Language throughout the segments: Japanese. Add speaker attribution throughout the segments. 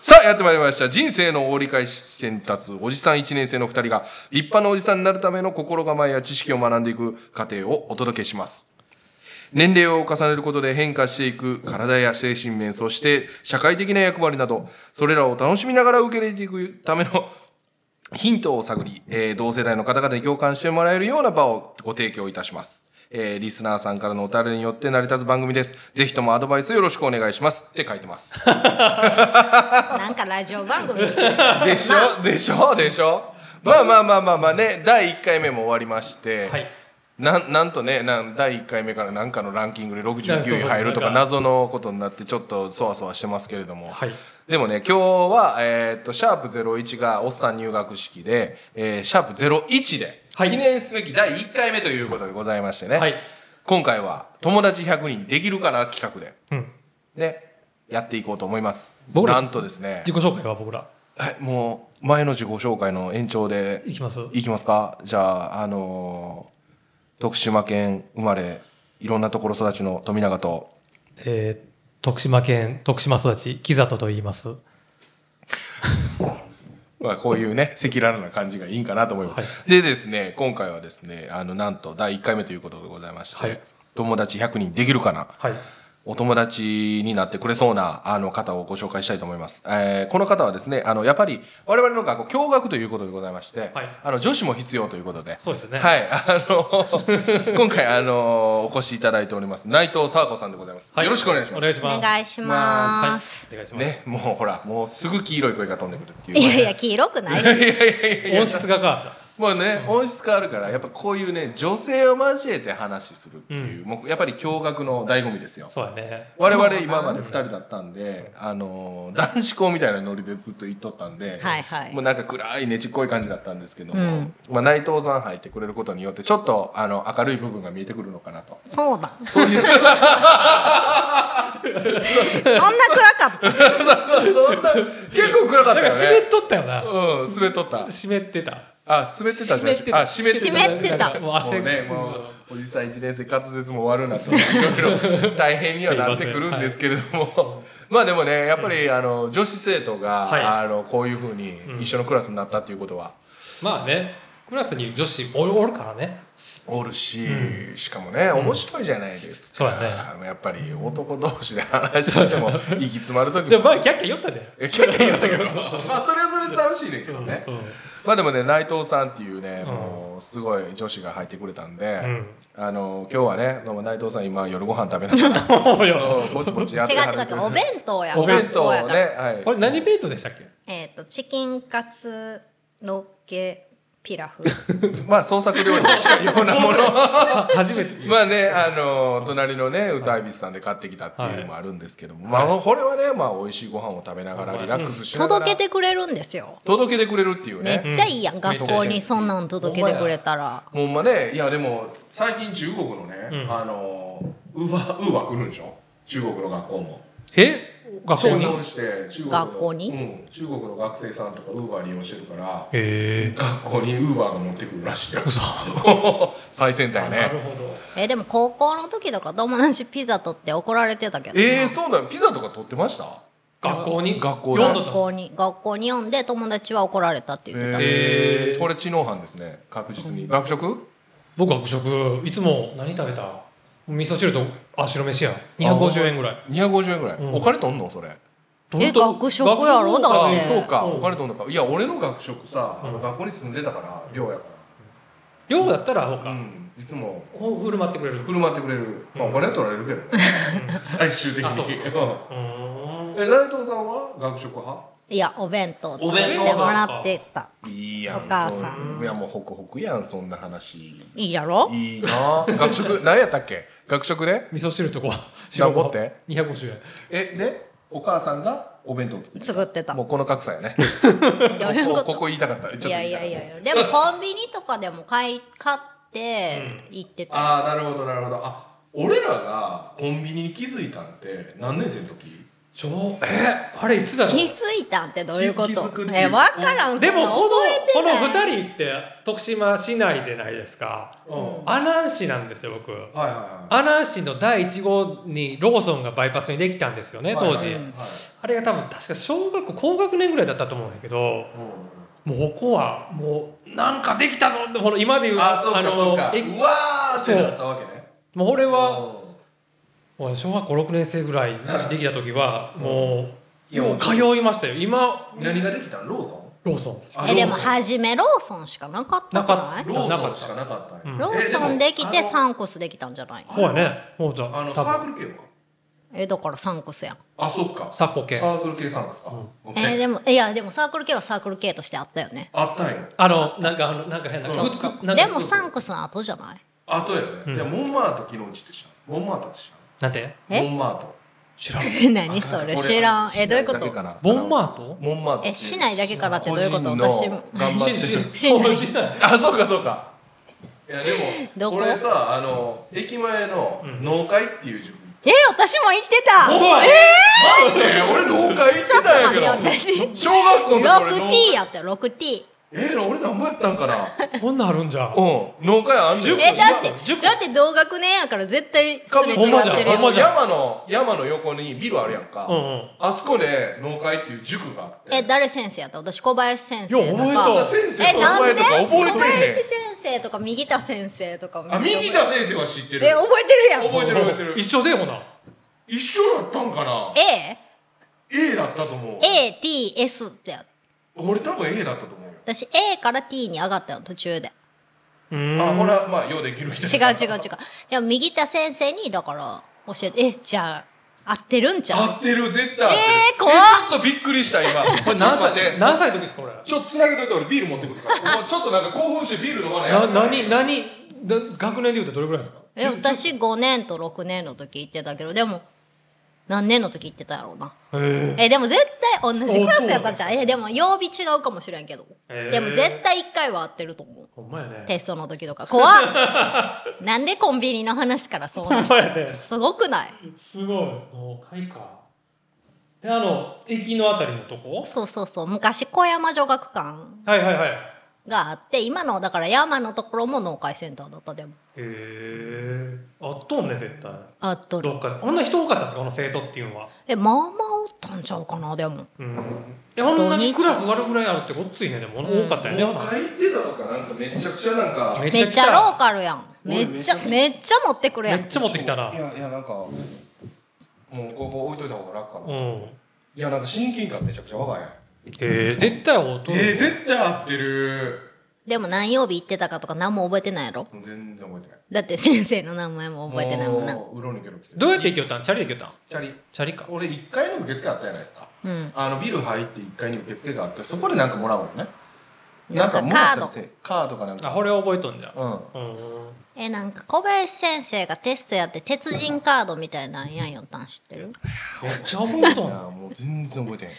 Speaker 1: さあ、やってまいりました。人生の折り返し地点に立つ、おじさん1年生の2人が、立派なおじさんになるための心構えや知識を学んでいく過程をお届けします。年齢を重ねることで変化していく体や精神面、そして社会的な役割など、それらを楽しみながら受け入れていくためのヒントを探り、えー同世代の方々に共感してもらえるような場をご提供いたします。えーリスナーさんからのお便りによって成り立つ番組です。ぜひともアドバイスよろしくお願いします。って書いてます。
Speaker 2: なんかラジオ番組みたい
Speaker 1: でしょでしょでしょまあまあまあまあまあね、第1回目も終わりまして、
Speaker 3: はい
Speaker 1: なんなんとねなん、第1回目からなんかのランキングで69位入ると
Speaker 3: な
Speaker 1: か
Speaker 3: んか
Speaker 1: 謎のことになってちょっとそわそわしてますけれども、
Speaker 3: はい
Speaker 1: でもね、今日は、えーっと、シャープ01がおっさん入学式で、えーシャープ01で、
Speaker 3: はい
Speaker 1: 記念すべき第1回目ということでございましてね、
Speaker 3: はい
Speaker 1: 今回は友達100人できるかな企画で、
Speaker 3: うん
Speaker 1: ね、やっていこうと思います。
Speaker 3: 僕ら
Speaker 1: なんとですね
Speaker 3: 自、己紹介は僕ら
Speaker 1: はい、もう前の自己紹介の延長で
Speaker 3: いきます
Speaker 1: いきますかじゃああのー徳島県生まれいろんなところ育ちの富永と
Speaker 3: えー徳島県徳島育ち木里と言います
Speaker 1: まあこういうね赤裸々な感じがいいんかなと思います、でですね今回はですねあのなんと第1回目ということでございまして、
Speaker 3: はい
Speaker 1: 友達100人できるかな
Speaker 3: はい
Speaker 1: お友達になってくれそうなあの方をご紹介したいと思います。えーこの方はですね、あのやっぱり我々の学校共学ということでございまして、
Speaker 3: はい
Speaker 1: あの女子も必要ということで、
Speaker 3: そうですね
Speaker 1: はい、あの 今回あのお越しいただいております内藤沢子さんでございます。
Speaker 3: はい
Speaker 1: よろしくお願いし ます。
Speaker 3: し
Speaker 2: なお
Speaker 3: ます
Speaker 2: 願いします、
Speaker 3: はいお願いします
Speaker 1: ね、もうほら、もうすぐ黄色い声が飛んでくるっていう。
Speaker 2: い、やいや黄色くな いし
Speaker 3: 音質が変わっ
Speaker 1: もうね、音質変わるから、やっぱこういうね、女性を交えて話するっていう、もうやっぱり共学の醍醐味ですよ
Speaker 3: た。そうやね
Speaker 1: 我々今まで2人だったんで、あのー男子校みたいなノリでずっと行っとったんで、
Speaker 2: はいはい
Speaker 1: もうなんか暗いねちっこい感じだったんですけども、
Speaker 2: うん
Speaker 1: まあ、内藤さん入ってくれることによってちょっとあの明るい部分が見えてくるのかなと
Speaker 2: そうだ
Speaker 1: そういう
Speaker 2: そんな暗かっ
Speaker 1: そ
Speaker 2: た
Speaker 1: んな結構暗かったよ
Speaker 3: なんか
Speaker 1: ね
Speaker 3: 湿っとったよな
Speaker 1: うん滑っとった
Speaker 3: 湿ってた
Speaker 1: あ滑ってたじゃん
Speaker 3: 湿ってた
Speaker 1: あ湿ってた
Speaker 2: 湿ってた
Speaker 3: もう汗
Speaker 1: もうね、もうおじさん1年生滑舌も悪なといろいろ大変にはなってくるんですけれどもまあでもねやっぱりあの女子生徒が、
Speaker 3: はい
Speaker 1: あのこういうふうに一緒のクラスになったっていうことは
Speaker 3: まあねクラスに女子おるおるからね
Speaker 1: おるし、しかもね面白いじゃないですか、
Speaker 3: そうや
Speaker 1: やっぱり男同士で話して ても息詰まる時
Speaker 3: でも
Speaker 1: も
Speaker 3: 前キャッキャ言ったで
Speaker 1: えキャッキャ言うんだけどまあそれはそれで楽しいねんけどね、
Speaker 3: うん
Speaker 1: まあでもね内藤さんっていうね、もうすごい女子が入ってくれたんで、
Speaker 3: ん
Speaker 1: あの今日はねどうも内藤さん今夜ご飯食べながら
Speaker 3: おうよ
Speaker 1: ぼちぼちやって
Speaker 2: 違う
Speaker 1: はる
Speaker 2: 違う違うお弁当や
Speaker 1: お弁当を
Speaker 2: 学校
Speaker 1: ね、
Speaker 2: やから
Speaker 1: はい、
Speaker 3: これ何ベイトでしたっけ
Speaker 2: えっ、とチキンカツのっけ ピラフ
Speaker 1: まあ創作料理に近いようなもの
Speaker 3: あ初めて
Speaker 1: まあね あの隣のね歌いびさんで買ってきたっていうのもあるんですけども、まあこれはねまあ美味しいご飯を食べながらリラックスしながら
Speaker 2: 届けてくれるんですよ
Speaker 1: 届けてくれるっていう
Speaker 2: め
Speaker 1: ね
Speaker 2: っちゃいいやん、学校にそんなん届けてくれたら
Speaker 1: ほんまねいやでも最近中国のね、あのウーバーウーバー来るんでしょ中国の学校も。
Speaker 3: え学校
Speaker 1: 注
Speaker 3: に
Speaker 1: 文して中国の
Speaker 2: 学校に
Speaker 1: うん、中国の学生さんとかウーバー利用してるから
Speaker 3: へえ
Speaker 1: 学校にウーバーが持ってくるらしい よ最先端や
Speaker 3: なる
Speaker 1: ね
Speaker 3: ほど
Speaker 2: えでも高校の時とか友達ピザ取って怒られてたけどな
Speaker 1: えー、そうなのピザとか取ってました
Speaker 3: 学校に
Speaker 1: 学校に
Speaker 3: 読んどった
Speaker 2: 学校に学校に読んで友達は怒られたって言ってた、
Speaker 1: え
Speaker 3: え
Speaker 1: ー、
Speaker 3: ー
Speaker 1: これ知能犯ですね確実に学食
Speaker 3: 僕学食いつも何食べた味噌汁とあ白飯や250円ぐらい
Speaker 1: 250円ぐらい、
Speaker 3: うん
Speaker 1: お金とんのそれ
Speaker 2: え学食やろだ
Speaker 1: あ
Speaker 2: っ
Speaker 1: あ
Speaker 2: て
Speaker 1: そうか、
Speaker 3: うん
Speaker 1: お金とんのかいや俺の学食さ、あの
Speaker 3: うん
Speaker 1: 学校に住んでたから寮やか
Speaker 3: 量だったらそう
Speaker 1: ら、う
Speaker 3: か、
Speaker 1: ん、いつも
Speaker 3: ほ振る舞ってくれる
Speaker 1: 振る舞ってくれる、まあ、お金は取られるけどね 最終的
Speaker 3: あそう
Speaker 1: に
Speaker 3: か
Speaker 1: うん
Speaker 3: うーん
Speaker 1: え内藤さんは学食派
Speaker 2: いやお弁当作っ
Speaker 1: お
Speaker 2: て
Speaker 1: 弁
Speaker 2: も
Speaker 1: 当
Speaker 2: らってた
Speaker 1: いいやん
Speaker 2: お母さん
Speaker 1: そいやもうホクホクやんそんな話
Speaker 2: いいやろ
Speaker 1: いいな 学食何やったっけ学食で
Speaker 3: 味噌汁とこ
Speaker 1: 何個って
Speaker 3: 250円
Speaker 1: えでお母さんがお弁当作る
Speaker 2: 作ってた
Speaker 1: もうこの格差や ね
Speaker 2: どういう
Speaker 1: こ
Speaker 2: こ
Speaker 1: こことこ言いたかったちょっと
Speaker 2: いや
Speaker 1: 言
Speaker 2: い
Speaker 1: たか
Speaker 2: や
Speaker 1: った
Speaker 2: いやいやでもコンビニとかでも買い買って行ってた、
Speaker 1: ああなるほどなるほどあ俺らがコンビニに気づいたんって何年生の時
Speaker 3: ちょえあれいつだろう
Speaker 2: 気づいたんってどういうこ
Speaker 1: 気づく
Speaker 2: と
Speaker 1: っていう
Speaker 2: えわからん
Speaker 3: でも
Speaker 2: そんな
Speaker 3: この
Speaker 2: 覚えて
Speaker 3: この
Speaker 2: ない
Speaker 3: 2人って徳島市内じゃないですか、
Speaker 1: うん
Speaker 3: 阿南市なんですよ僕
Speaker 1: はいは
Speaker 3: 阿南市の第1号にローソンがバイパスにできたんですよ
Speaker 1: い
Speaker 3: ね
Speaker 1: はい
Speaker 3: 当時、
Speaker 1: はいはいはい
Speaker 3: あれが多分確か小学校高学年ぐらいだったと思うんだけどもうここはもうなんかできたぞってこの今で言
Speaker 1: うん
Speaker 3: う
Speaker 1: あそうかそうか
Speaker 3: え
Speaker 1: うわーってなったわけね
Speaker 3: もう俺は
Speaker 1: うん
Speaker 3: もう小学校6年生ぐらいにできた時はもう
Speaker 1: いや
Speaker 3: よう通いましたよ今
Speaker 1: 何ができたんローソン
Speaker 3: ローソン
Speaker 1: あ
Speaker 2: えで
Speaker 1: ロ
Speaker 2: も
Speaker 1: ーソン
Speaker 2: 初めローソンしかなかったじゃない
Speaker 1: ローソンしかなかったんや
Speaker 2: ローソンできて
Speaker 1: えも
Speaker 2: サンコスできたんじゃない
Speaker 3: ほうやねほうだ
Speaker 1: あのサ
Speaker 3: 多
Speaker 1: ー
Speaker 3: 分
Speaker 1: クル系は
Speaker 2: えだからサンコスやん
Speaker 1: あそっかサ
Speaker 3: サコ系
Speaker 1: ークル系さんですかごめん
Speaker 2: えーでもいやでもサークル系はサークル系としてあったよね
Speaker 1: あったんや
Speaker 3: あのなんかあのなんか変な
Speaker 1: うん
Speaker 3: くくくなん
Speaker 2: で
Speaker 3: か
Speaker 2: も
Speaker 3: そうそう
Speaker 2: サンコスの後じゃない
Speaker 1: あとやねいやモンマート昨日知って知らんモンマートって知
Speaker 3: なんて
Speaker 1: らん
Speaker 2: え
Speaker 1: モンマート
Speaker 3: 知らん
Speaker 2: 何それ
Speaker 1: 俺
Speaker 2: 知らんえ
Speaker 1: 市内
Speaker 2: どういうこ
Speaker 1: だけ
Speaker 2: と
Speaker 1: かな
Speaker 3: ボンマート
Speaker 1: モンマートって
Speaker 2: え市内だけからってどういうこと
Speaker 1: 個人の
Speaker 2: 私
Speaker 1: 頑張ってる
Speaker 2: 知らない
Speaker 3: 知らない
Speaker 1: あそうかそうかいやで
Speaker 2: ど
Speaker 1: も
Speaker 2: こ
Speaker 1: これさあの駅前の農会っていう塾行っ
Speaker 2: え私も行ってた
Speaker 3: おい
Speaker 1: たマジで俺農会行って
Speaker 2: ちょっと
Speaker 1: たんや
Speaker 2: 待
Speaker 1: け
Speaker 2: って
Speaker 1: ど
Speaker 2: 私
Speaker 1: 小学校の頃俺農
Speaker 2: 6T やったよ 6T
Speaker 1: え俺何もやったん かなう
Speaker 3: こんなんあるんじゃ
Speaker 1: ん農会あんねん
Speaker 3: 塾
Speaker 2: えだって
Speaker 3: 塾
Speaker 2: だって同学年やから絶対すれ違
Speaker 3: ほんま
Speaker 2: っ
Speaker 3: じゃ
Speaker 2: て
Speaker 3: ん
Speaker 2: るよ
Speaker 3: ほんまじゃん
Speaker 1: 山の山の横にビルあるやんか、
Speaker 3: うんうん
Speaker 1: あそこで農会っていう塾があって
Speaker 2: え誰先生やった私小林先生と
Speaker 3: いや
Speaker 1: そんな
Speaker 2: か
Speaker 3: 覚
Speaker 1: 先生
Speaker 2: え
Speaker 1: の名
Speaker 2: なん
Speaker 1: 前
Speaker 2: で
Speaker 1: とか覚えてへん
Speaker 2: 小林先生とか右田先生とかめっち
Speaker 1: あ
Speaker 2: ゃ覚え
Speaker 1: 右田先生は知ってる
Speaker 2: え覚えてるやん
Speaker 1: 覚えてる覚えてる
Speaker 3: 一緒でほな
Speaker 1: 一緒だったんかな A だったと思う
Speaker 2: AATS ってやった
Speaker 1: 俺多分 A だったと思うよ
Speaker 2: 私 A から T に上がったの途中で
Speaker 3: うん
Speaker 1: あほらまあようできるみた
Speaker 2: 違う
Speaker 1: いな
Speaker 2: 違う違うでも右田先生にだから教えてえじゃあ合ってるんちゃ
Speaker 1: 合
Speaker 2: う
Speaker 1: ってる絶対合ってる
Speaker 2: えー怖っ
Speaker 1: ちょっとびっくりした今
Speaker 3: これ何
Speaker 1: ちょっと待って
Speaker 3: 歳何歳の時ですかこれ
Speaker 1: ちょっとつなげといて俺ビール持ってくる からもうちょっとなんか興奮してビール飲まない
Speaker 3: な何何な学年で言うとどれぐらいですか
Speaker 2: え私5年と6年の時行ってたけどでも何年の時行ってたやろうな
Speaker 3: へ
Speaker 2: えでも絶対同じクラスやったんじゃんえでも曜日違うかもしれんけど、
Speaker 3: えー
Speaker 2: でも絶対1回は合ってると思う
Speaker 3: ほんまやね
Speaker 2: テストの時とか 怖っなんでコンビニの話からそう
Speaker 3: ほ
Speaker 2: なんる
Speaker 3: まやね
Speaker 2: すごくない
Speaker 3: すごいもういかであの駅のあたりのとこ
Speaker 2: そうそうそう昔小山女学館
Speaker 3: はいはいはいへ
Speaker 2: があって今のだから山のところも農会センターだったでも
Speaker 3: えあっとんね絶対
Speaker 2: あっとる
Speaker 3: どっかであんな人多かったんですかこの生徒っていうのは
Speaker 2: えまあまあおったんちゃうかなでも
Speaker 3: うんえあんなにクラス割るぐらいあるってごっついねでも多かったよね、
Speaker 1: 農会行ってたとかなんかめちゃくちゃなんか
Speaker 2: めっちゃローカルやん
Speaker 1: お
Speaker 2: め
Speaker 1: い。
Speaker 2: っちゃめっちゃ持ってくる
Speaker 3: め
Speaker 2: や
Speaker 3: っ
Speaker 2: ん
Speaker 3: ちゃ持ってきたない
Speaker 1: やいやなんかもうここ置いといた方が楽かな、
Speaker 3: う
Speaker 1: い
Speaker 3: ん。
Speaker 1: やなんか親近感めちゃくちゃ若いやん
Speaker 3: えー、絶対音。
Speaker 1: えー、絶対合ってる
Speaker 2: でも何曜日行ってたかとか何も覚えてないやろ
Speaker 1: もう全然覚えてない
Speaker 2: だって先生の名前も覚えてないもんな
Speaker 1: ううろにけろ来てる
Speaker 3: どうやって行きよったん？チャリで行きよったん？
Speaker 1: チャリ
Speaker 3: チャリか。
Speaker 1: 俺1階の受付あったじゃないですか
Speaker 2: うん
Speaker 1: あのビル入って1階に受付があってそこでなんかもらうのね
Speaker 2: なんか
Speaker 1: も
Speaker 2: カ
Speaker 1: ら
Speaker 2: ー
Speaker 1: った
Speaker 2: ド
Speaker 1: りせカードかなん
Speaker 3: あ、
Speaker 1: か
Speaker 3: これ覚えとんじゃん。
Speaker 1: うん
Speaker 3: うん。
Speaker 2: えなんか小林先生がテストやって鉄人カードみたいなんやんやったん知ってる
Speaker 3: めっちゃ覚えと
Speaker 1: いや
Speaker 3: ん。
Speaker 1: もう全然覚えてへん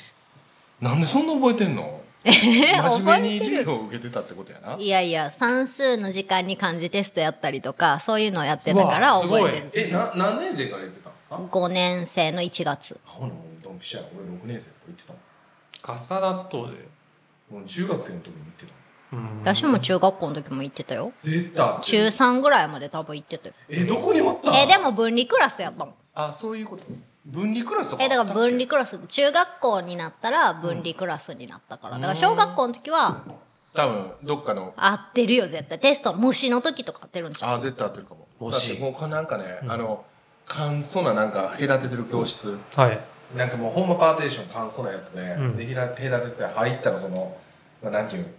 Speaker 1: なんでそんな覚えてんの真面目に授業を受けてたってことやない
Speaker 2: やいや算数の時間に漢字テストやったりとかそういうのやってたから
Speaker 3: うわすごい
Speaker 2: 覚えてる
Speaker 1: えな何年生からやってたんですか
Speaker 2: 5年生の1月
Speaker 1: あほなもうドンピシャや俺6年生とか行ってたもん
Speaker 3: ガサ納豆で。
Speaker 1: もう中学生の時に行ってた
Speaker 3: うん。
Speaker 2: 私も中学校の時も行ってたよ
Speaker 1: 絶対合って
Speaker 2: 中
Speaker 1: る
Speaker 2: 3ぐらいまで多分行ってたよ
Speaker 1: えどこにおったん
Speaker 2: えでも分離クラスやったもん
Speaker 1: あそういうこと分離クラスとか
Speaker 2: えだから分
Speaker 1: 離
Speaker 2: 離クラス中学校になったら分離クラスになったからだから小学校の時は
Speaker 1: 多分どっかの
Speaker 2: 合ってるよ絶対テストの模試の時とか合ってるんちゃう
Speaker 1: あ絶対合ってるかも
Speaker 3: もし
Speaker 1: だってもうこれなんかね、あの簡素ななんか隔ててる教室
Speaker 3: はい。
Speaker 1: なんかもうほんまパーテーション簡素なやつで、
Speaker 3: ん
Speaker 1: でひら隔てて入ったらその、まあ、なんていうの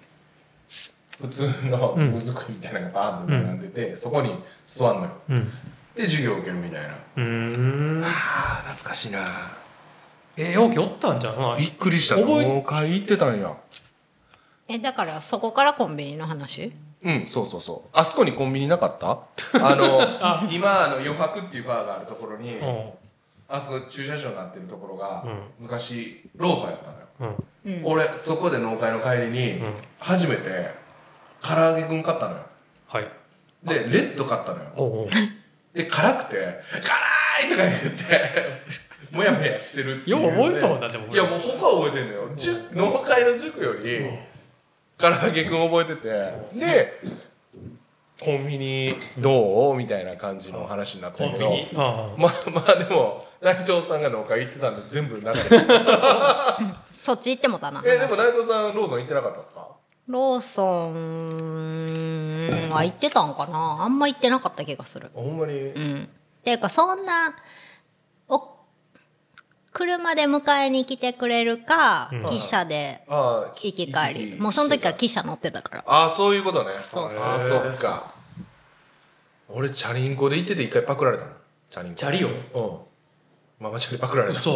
Speaker 1: 普通の
Speaker 3: ん
Speaker 1: むずくみたいなのがバーンと並んでて、そこに座んのよ
Speaker 3: うん。
Speaker 1: で授業受けるみたいな
Speaker 3: うーん。
Speaker 1: あー懐かしいな
Speaker 3: えー、容器おったんじゃん。ほな
Speaker 1: びっくりした
Speaker 3: 覚え
Speaker 1: もう買い行ってたんや
Speaker 2: えだからそこからコンビニの話
Speaker 1: うん、そうそうそう。あそこにコンビニなか ったあの、今、あの、余白っていうバーがあるところに、
Speaker 3: う
Speaker 1: あそこ駐車場になってるところが、
Speaker 3: う
Speaker 1: 昔、ローソンやったのよ。
Speaker 3: ん。うん。
Speaker 2: うん
Speaker 1: 俺、そこで農会の帰りに、
Speaker 3: うん
Speaker 1: 初めて、唐揚げくん買ったのよ。
Speaker 3: はい。
Speaker 1: で、レッド買ったのよ。
Speaker 3: おうおう。
Speaker 1: で、辛くて、辛い!」とか言ってもやもやしてるっていうね
Speaker 3: よう覚えたもんなでも
Speaker 1: いやもう他は覚えてんのよ塾農会の塾より唐揚げくん覚えててでコンビニどうみたいな感じの話になった
Speaker 3: コ
Speaker 1: ん
Speaker 3: ン
Speaker 1: だけ
Speaker 3: ビ
Speaker 1: ど
Speaker 3: ニあ
Speaker 1: まあまあでも内藤さんが農会行ってたんで全部なかった
Speaker 2: そっち行ってもたな。
Speaker 1: えでも内藤さんローソン行ってなかったですか
Speaker 2: ローソンは行ってたんかなあんま行ってなかった気がする。
Speaker 1: ほんまに
Speaker 2: うん。っていうか、そんな、お、車で迎えに来てくれるか、汽車で
Speaker 1: ああ
Speaker 2: 行き帰り。もうその時から汽車乗ってたから。
Speaker 1: ああそういうことね
Speaker 2: そうそう
Speaker 1: ああそっか俺チャリンコで行ってて一回パクられたのチャリンコ
Speaker 3: チャリを
Speaker 1: うんママチャリパクられた
Speaker 3: 嘘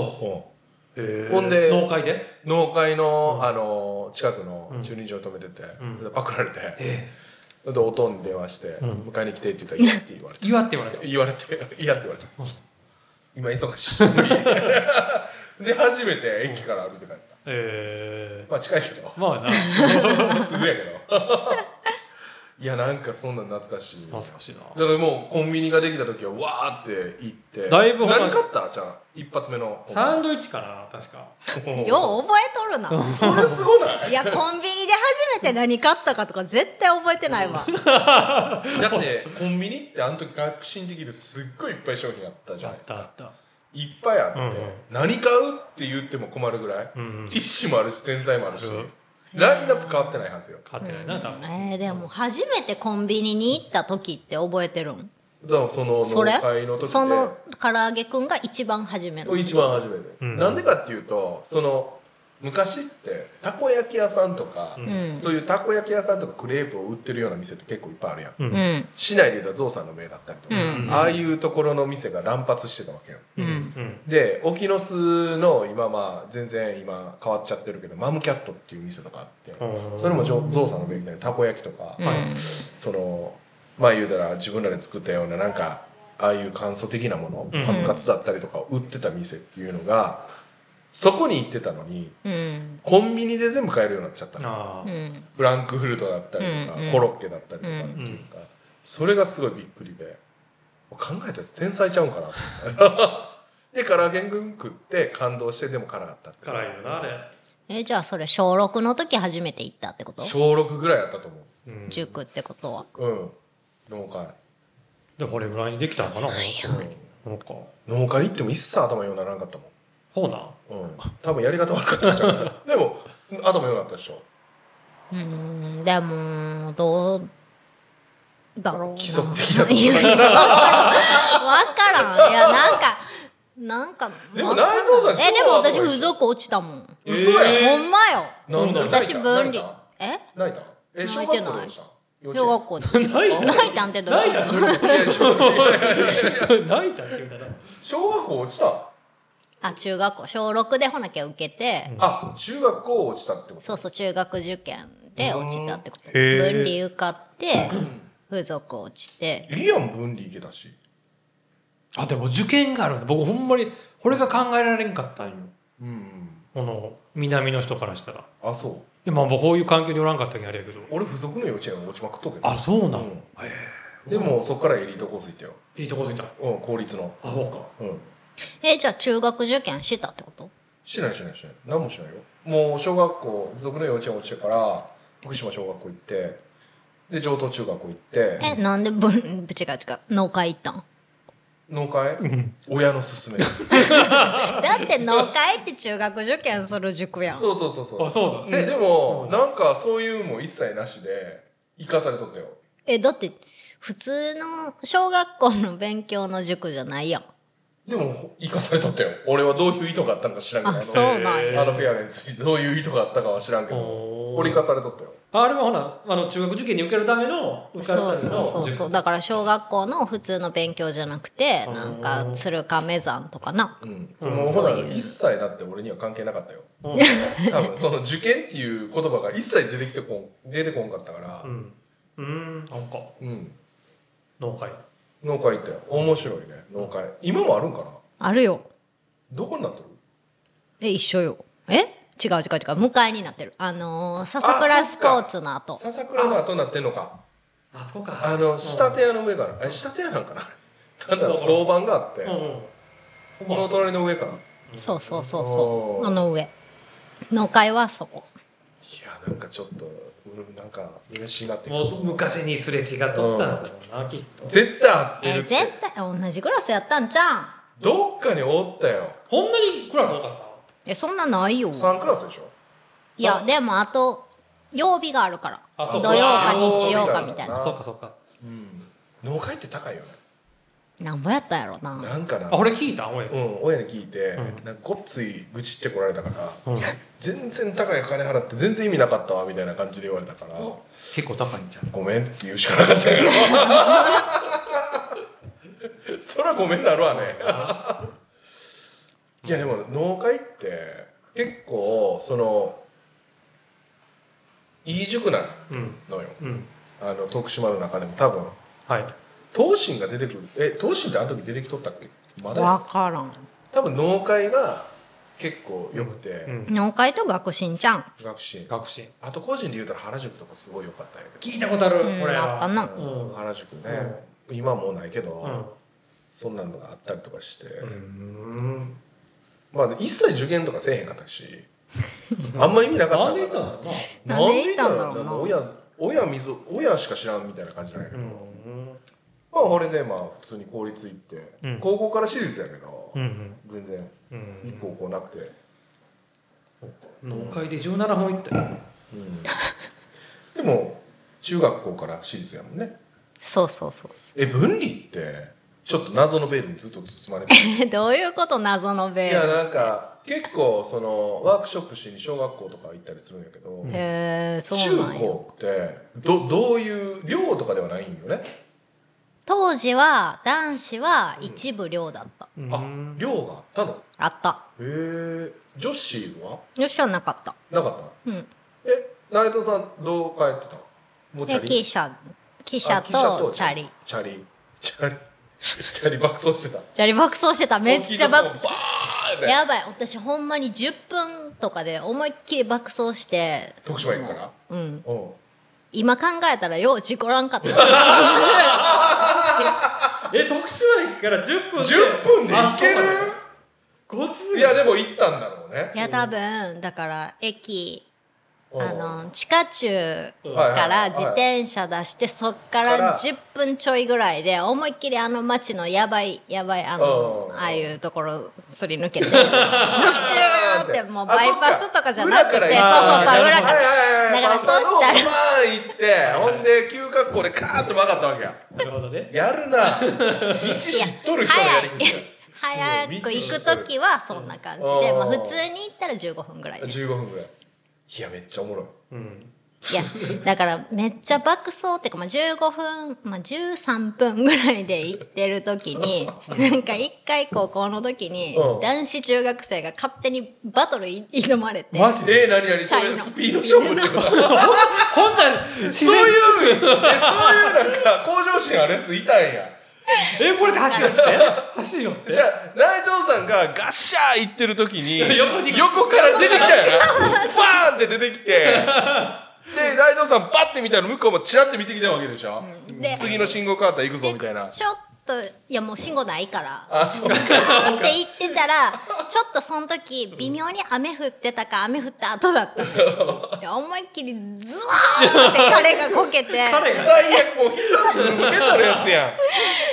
Speaker 1: うん
Speaker 3: ー
Speaker 1: ほんで
Speaker 3: 農会で
Speaker 1: 農会の、あの近くの駐輪場止めてて、パクられて、それでおとんに電話して「迎えに来て」って言ったら「嫌」って言われて
Speaker 3: 岩って言われた
Speaker 1: 言われて「嫌」って言われて「今忙しい」 無理で初めて駅から歩いて帰った
Speaker 3: え
Speaker 1: まあ近いけど
Speaker 3: ー、まあな 懐
Speaker 1: すぐやけどいやなんかそんなん懐かしい
Speaker 3: かしいな
Speaker 1: だからもうコンビニができた時はわーって行って
Speaker 3: だいぶ他
Speaker 1: 何買ったじゃあ一発目の
Speaker 3: サンドイッチかな確か
Speaker 2: よう覚えとるな。
Speaker 1: それすごない
Speaker 2: い や、コンビニで初めて何買ったかとか絶対覚えてないわ。
Speaker 1: だってコンビニってあの時革新的ですっごいいっぱい商品あったじゃ
Speaker 3: あ
Speaker 1: ない
Speaker 3: っ
Speaker 1: です
Speaker 3: たあっ
Speaker 1: か
Speaker 3: た
Speaker 1: いっぱいあって、
Speaker 3: うんうん
Speaker 1: 何買うって言っても困るぐらい、
Speaker 3: んうん
Speaker 1: ティッシュもあるし洗剤もあるし、
Speaker 3: うん
Speaker 1: ラインナップ変わってないはずよ
Speaker 3: 勝てないな多分
Speaker 2: えー、でも初めてコンビニに行った時って覚えてるん
Speaker 1: だからその
Speaker 2: それ
Speaker 1: 農会の時で
Speaker 2: その唐揚げくんが一番初めの
Speaker 1: 一番初めて、
Speaker 3: ん
Speaker 1: なんでかっていうとその昔ってたこ焼き屋さんとか、
Speaker 2: ん
Speaker 1: そういうたこ焼き屋さんとかクレープを売ってるような店って結構いっぱいあるやん、
Speaker 3: うん
Speaker 2: うん
Speaker 1: 市内でいうとゾウさんの名だったりとか、
Speaker 2: う
Speaker 1: ああいうところの店が乱発してたわけよ、
Speaker 2: うん
Speaker 3: うん
Speaker 1: でオキノスの今まあ全然今変わっちゃってるけどマムキャットっていう店とかあって
Speaker 3: うん
Speaker 1: それもジョゾウさんの目みたいなたこ焼きとか、
Speaker 2: うん
Speaker 1: そのまあ言うたら自分らで作ったようななんかああいう簡素的なもの、
Speaker 3: うん
Speaker 1: ハムカツだったりとかを売ってた店っていうのがそこに行ってたのに
Speaker 2: うん
Speaker 1: コンビニで全部買えるようになっちゃったの
Speaker 3: あ
Speaker 2: う
Speaker 3: あ
Speaker 2: ん
Speaker 1: フランクフルトだったりとか、
Speaker 2: うんうん
Speaker 1: コロッケだったりとかっていうか、それがすごいびっくりで考えたやつ天才ちゃうんかなってで唐揚げくん食って感動してでも辛かったって
Speaker 3: 辛いよなあれ
Speaker 2: えじゃあそれ小6の時初めて行ったってこと
Speaker 1: 小6ぐらいやったと思
Speaker 3: うん
Speaker 2: 塾ってことは
Speaker 1: ううん農会
Speaker 3: でこれぐらいにできたのかななんか
Speaker 1: 農会行っても一切頭ようならんかったも、
Speaker 3: ほうなん
Speaker 1: うん、多分やり方悪かったんちゃうか なでも頭ようなったでしょ
Speaker 2: うんでもどうだろうな
Speaker 1: 基礎的なとこ
Speaker 2: いやいやわからんいやなんかなんか
Speaker 1: でも内藤さん
Speaker 2: えでも私
Speaker 1: 超
Speaker 2: 付属落ちたもん
Speaker 1: 嘘やん、
Speaker 3: えー
Speaker 2: ほんまよ
Speaker 1: なんだ
Speaker 2: 私分
Speaker 1: 泣い
Speaker 2: 離
Speaker 1: た
Speaker 2: え
Speaker 1: 泣いたえ小
Speaker 2: 泣
Speaker 1: 学
Speaker 2: いて
Speaker 1: 校
Speaker 2: ない
Speaker 1: どうした幼
Speaker 2: 小
Speaker 1: 稚
Speaker 2: 学校 で
Speaker 3: 泣い
Speaker 2: 泣いたんってどういうこと
Speaker 1: 園 いや小学校
Speaker 3: た泣いたって言うたら
Speaker 1: 小学校落ちた
Speaker 2: あ中学校小6でほなけ受けて、
Speaker 1: あ中学校落ちたってこと
Speaker 2: そうそう中学受験で落ちたってこと
Speaker 3: うんへー
Speaker 2: 分離受かって風俗落ちて
Speaker 1: いいやん分離行けたし
Speaker 3: あでも受験があるんだ僕ほんまにこれが考えられんかったんよ
Speaker 1: うんうん
Speaker 3: この南の人からしたら
Speaker 1: あそう
Speaker 3: 今もうこういう環境におらんかったんやあれやけど
Speaker 1: 俺付属の幼稚園落ちまくっとうけど
Speaker 3: あそうな
Speaker 1: うんんでもそっからエリートコース行ったよ
Speaker 3: いいとこついた
Speaker 1: うん公立の
Speaker 3: あそうか
Speaker 1: うん
Speaker 2: えじゃあ中学受験したってこと
Speaker 1: しないしないしない何もしないよもう小学校付属の幼稚園落ちてから福島小学校行ってで上等中学校行って
Speaker 2: えなんで分違う違う農会行った ん
Speaker 1: 農会親の勧め
Speaker 2: だって農会って中学受験する塾やん
Speaker 1: そうそうそうそう
Speaker 3: あそうだ
Speaker 1: ん
Speaker 3: せ
Speaker 1: でもなんかそういうのも一切なしで生かされとったよ
Speaker 2: えだって普通の小学校の勉強の塾じゃないやん
Speaker 1: でも生かされとったよ俺はどういう意図があったのか知らんけど
Speaker 2: あ
Speaker 1: の
Speaker 2: そうなん
Speaker 3: え
Speaker 2: や
Speaker 3: ー
Speaker 1: あのペアレンツにどういう意図があったかは知らんけど
Speaker 3: おー
Speaker 1: 折り重ねとったよ
Speaker 3: ああれはほらあの中学受験に受けるための受かるた
Speaker 2: そうそ
Speaker 3: めの
Speaker 2: うそうそうだから小学校の普通の勉強じゃなくてなんか鶴亀山とかな
Speaker 1: うん、
Speaker 3: うん
Speaker 1: もうほら
Speaker 2: そういう
Speaker 1: 一切だって俺には関係なかったよ
Speaker 3: うん
Speaker 1: 多分その受験っていう言葉が一切出てきてこん出てこんかったから
Speaker 3: うんうんなんか
Speaker 1: うん
Speaker 3: 農会
Speaker 1: 農会行ったよ面白いね農会今もあるんかな
Speaker 2: あるよ
Speaker 1: どこになってる
Speaker 2: え一緒よえ違う違う違う迎えになってるあのー、笹倉スポーツの後
Speaker 1: 笹倉の後になってんのか
Speaker 3: あそこか
Speaker 1: あの下手屋の上からえ下手屋なんかなあれなんだろう
Speaker 3: うん
Speaker 1: 銅板があって
Speaker 3: うんうん
Speaker 1: この隣の上かな
Speaker 2: そうそうそうそ
Speaker 1: お
Speaker 2: う
Speaker 1: ー
Speaker 2: あの上農会はそこ
Speaker 1: いやなんかちょっとうんなんか嬉しいなって
Speaker 3: もう昔にすれ違っとったんだろうな、きっと
Speaker 1: 絶対合って
Speaker 2: え
Speaker 1: る
Speaker 2: ー
Speaker 1: って
Speaker 2: 絶対同じクラスやったんじゃん
Speaker 1: どっかにおったよ
Speaker 3: こんなにクラス多かっ
Speaker 2: えそんなないよ
Speaker 1: 3クラスでしょ
Speaker 2: いやでもあと曜日があるから
Speaker 3: あ
Speaker 2: 土
Speaker 3: そ
Speaker 2: 曜
Speaker 3: うそう
Speaker 2: か日曜かみたい
Speaker 1: あ
Speaker 2: な
Speaker 3: た
Speaker 1: ー
Speaker 3: そうかそうか
Speaker 1: 農会って高いよね
Speaker 2: なんぼやったんやろな
Speaker 1: なんかな
Speaker 3: あ俺聞いたおい、
Speaker 1: うん親に聞いて、
Speaker 3: うん
Speaker 1: なんかごっつい愚痴ってこられたから
Speaker 3: うん
Speaker 1: 全然高い金払って全然意味なかったわみたいな感じで言われたから
Speaker 3: 結構高いんじゃん
Speaker 1: ごめんって言うしかなかったけど そりゃごめんなる わねいやでも農会って結構そのいい塾な
Speaker 3: うん
Speaker 1: のよ
Speaker 3: うん
Speaker 1: あの徳島の中でも多分
Speaker 3: はい
Speaker 1: 東進が出てくるえ東進ってあの時出てきとったっけまだ
Speaker 2: わからん
Speaker 1: 多分農会が結構よくて、
Speaker 3: うん
Speaker 2: 農会と学進じゃん
Speaker 1: 学進
Speaker 3: 学士
Speaker 1: あと個人で言うたら原宿とかすごい良かったんやけ
Speaker 3: 聞いたことある、
Speaker 2: うん
Speaker 3: 俺
Speaker 2: あったな
Speaker 1: ど、
Speaker 3: うん
Speaker 1: 原宿ね、今はもうないけど、
Speaker 3: う
Speaker 1: そんなのがあったりとかして、
Speaker 3: ん
Speaker 1: まあ一切受験とかせえへんかった しあんま意味なか
Speaker 3: な
Speaker 1: った
Speaker 3: んでいた
Speaker 1: か
Speaker 3: の
Speaker 2: な
Speaker 3: な
Speaker 1: ら
Speaker 2: なんで行ったんだろうな
Speaker 1: なんで行ったんだろう親親水親しか知らんみたいな感じなんやけ
Speaker 3: う
Speaker 1: ど、
Speaker 3: ん
Speaker 1: まあ俺でまあ普通に公立行って、
Speaker 3: うん
Speaker 1: 高校から私立やけど、
Speaker 3: うん
Speaker 1: 全然
Speaker 3: う
Speaker 1: いい
Speaker 3: ん
Speaker 1: 高校なくて、
Speaker 3: 農会で17本いったよ
Speaker 1: うんでも中学校から私立やもんね
Speaker 2: そうそうそうそ
Speaker 1: え分離ってちょっと謎のベールにずっと包まれてる
Speaker 2: うどういうこと謎のベ
Speaker 1: いや
Speaker 2: ール
Speaker 1: なんか結構そのワークショップしに小学校とか行ったりするんやけど、
Speaker 2: へえそうなん
Speaker 1: 中
Speaker 2: や
Speaker 1: 高ってどどういう寮とかではないんよね、
Speaker 2: 当時は男子は一部寮だった、
Speaker 1: あ寮があったの
Speaker 2: あった
Speaker 1: へえ女子は
Speaker 2: 女子はなかった
Speaker 1: なかった
Speaker 2: うん
Speaker 1: え内藤さんどう帰ってたのもうチ
Speaker 2: で
Speaker 1: ャ
Speaker 2: 汽
Speaker 1: リ
Speaker 2: 車汽
Speaker 1: あ
Speaker 2: 車
Speaker 1: 汽車
Speaker 2: とチャリ
Speaker 1: チャリチャリチャリ 爆走してた
Speaker 2: チャリ爆走してた めっちゃ爆走
Speaker 1: 大きいのバーンって
Speaker 2: やばい私ほんまに10分とかで思いっきり爆走して
Speaker 1: 徳島行くから
Speaker 2: うん
Speaker 1: うん
Speaker 2: 今考えたらよう事故らんか った
Speaker 3: え徳島駅から10分
Speaker 1: 10分で行ける
Speaker 3: ごつ
Speaker 1: いやでも行ったんだろうね
Speaker 2: いや多分だから駅
Speaker 1: うん
Speaker 2: あの地下駐
Speaker 1: はい
Speaker 2: か
Speaker 1: はいは
Speaker 2: ら
Speaker 1: い
Speaker 2: 自転車出してそっか
Speaker 1: からら
Speaker 2: 10分ちょいぐらいで思いっきりあの街のやばいやばいあの
Speaker 1: うん
Speaker 2: ああいうところすり抜 けてシュッシューってもうバイパスとかじゃなくてそうそうそう
Speaker 1: あ
Speaker 3: っか
Speaker 2: 裏
Speaker 3: 裏
Speaker 2: か
Speaker 3: から
Speaker 1: はいはいはい
Speaker 2: だからそうしたら
Speaker 1: バーン行ってほんで急角行でカーッと曲がったわけや
Speaker 3: なるほどね
Speaker 1: やるな道知っとる人のやり
Speaker 2: 早い
Speaker 1: 口
Speaker 2: 早く行く時はそんな感じで、
Speaker 1: うん
Speaker 2: まあ、普通に行ったら15分ぐらいです
Speaker 1: 15分ぐらいいやめっちゃおも ろい
Speaker 3: うん
Speaker 2: いやだからめっちゃ爆走っていうか、まあ、15分、まあ、13分ぐらいで行ってる時になんか一回高校の時に
Speaker 1: うん
Speaker 2: 男子中学生が勝手にバトルい挑まれて
Speaker 3: マジで
Speaker 1: えー、何々そ
Speaker 2: チャリ
Speaker 1: れ
Speaker 2: の
Speaker 1: スピード勝負ってこと
Speaker 3: ほんなら 自
Speaker 1: そう
Speaker 3: 然
Speaker 1: いうえそういうなんか向上心あるやついたんや
Speaker 3: えこれで走るって走るって
Speaker 1: じゃあ内藤さんがガッシャー行ってる時に
Speaker 3: 横に
Speaker 1: 横から出てきたよなファーンって出てきてで内藤さんバッて見たら向こうもチラッて見てきたわけでしょ、
Speaker 2: で
Speaker 1: 次の信号変わったら行くぞみたいな
Speaker 2: でちょっといやもう信号ないから
Speaker 1: あそうか
Speaker 2: あーって言ってたらちょっとその時微妙に雨降ってたか雨降った後だった ので思いっきりズワーンって彼がこけて
Speaker 3: 彼が
Speaker 1: 最悪もう膝つるむけたるやつやん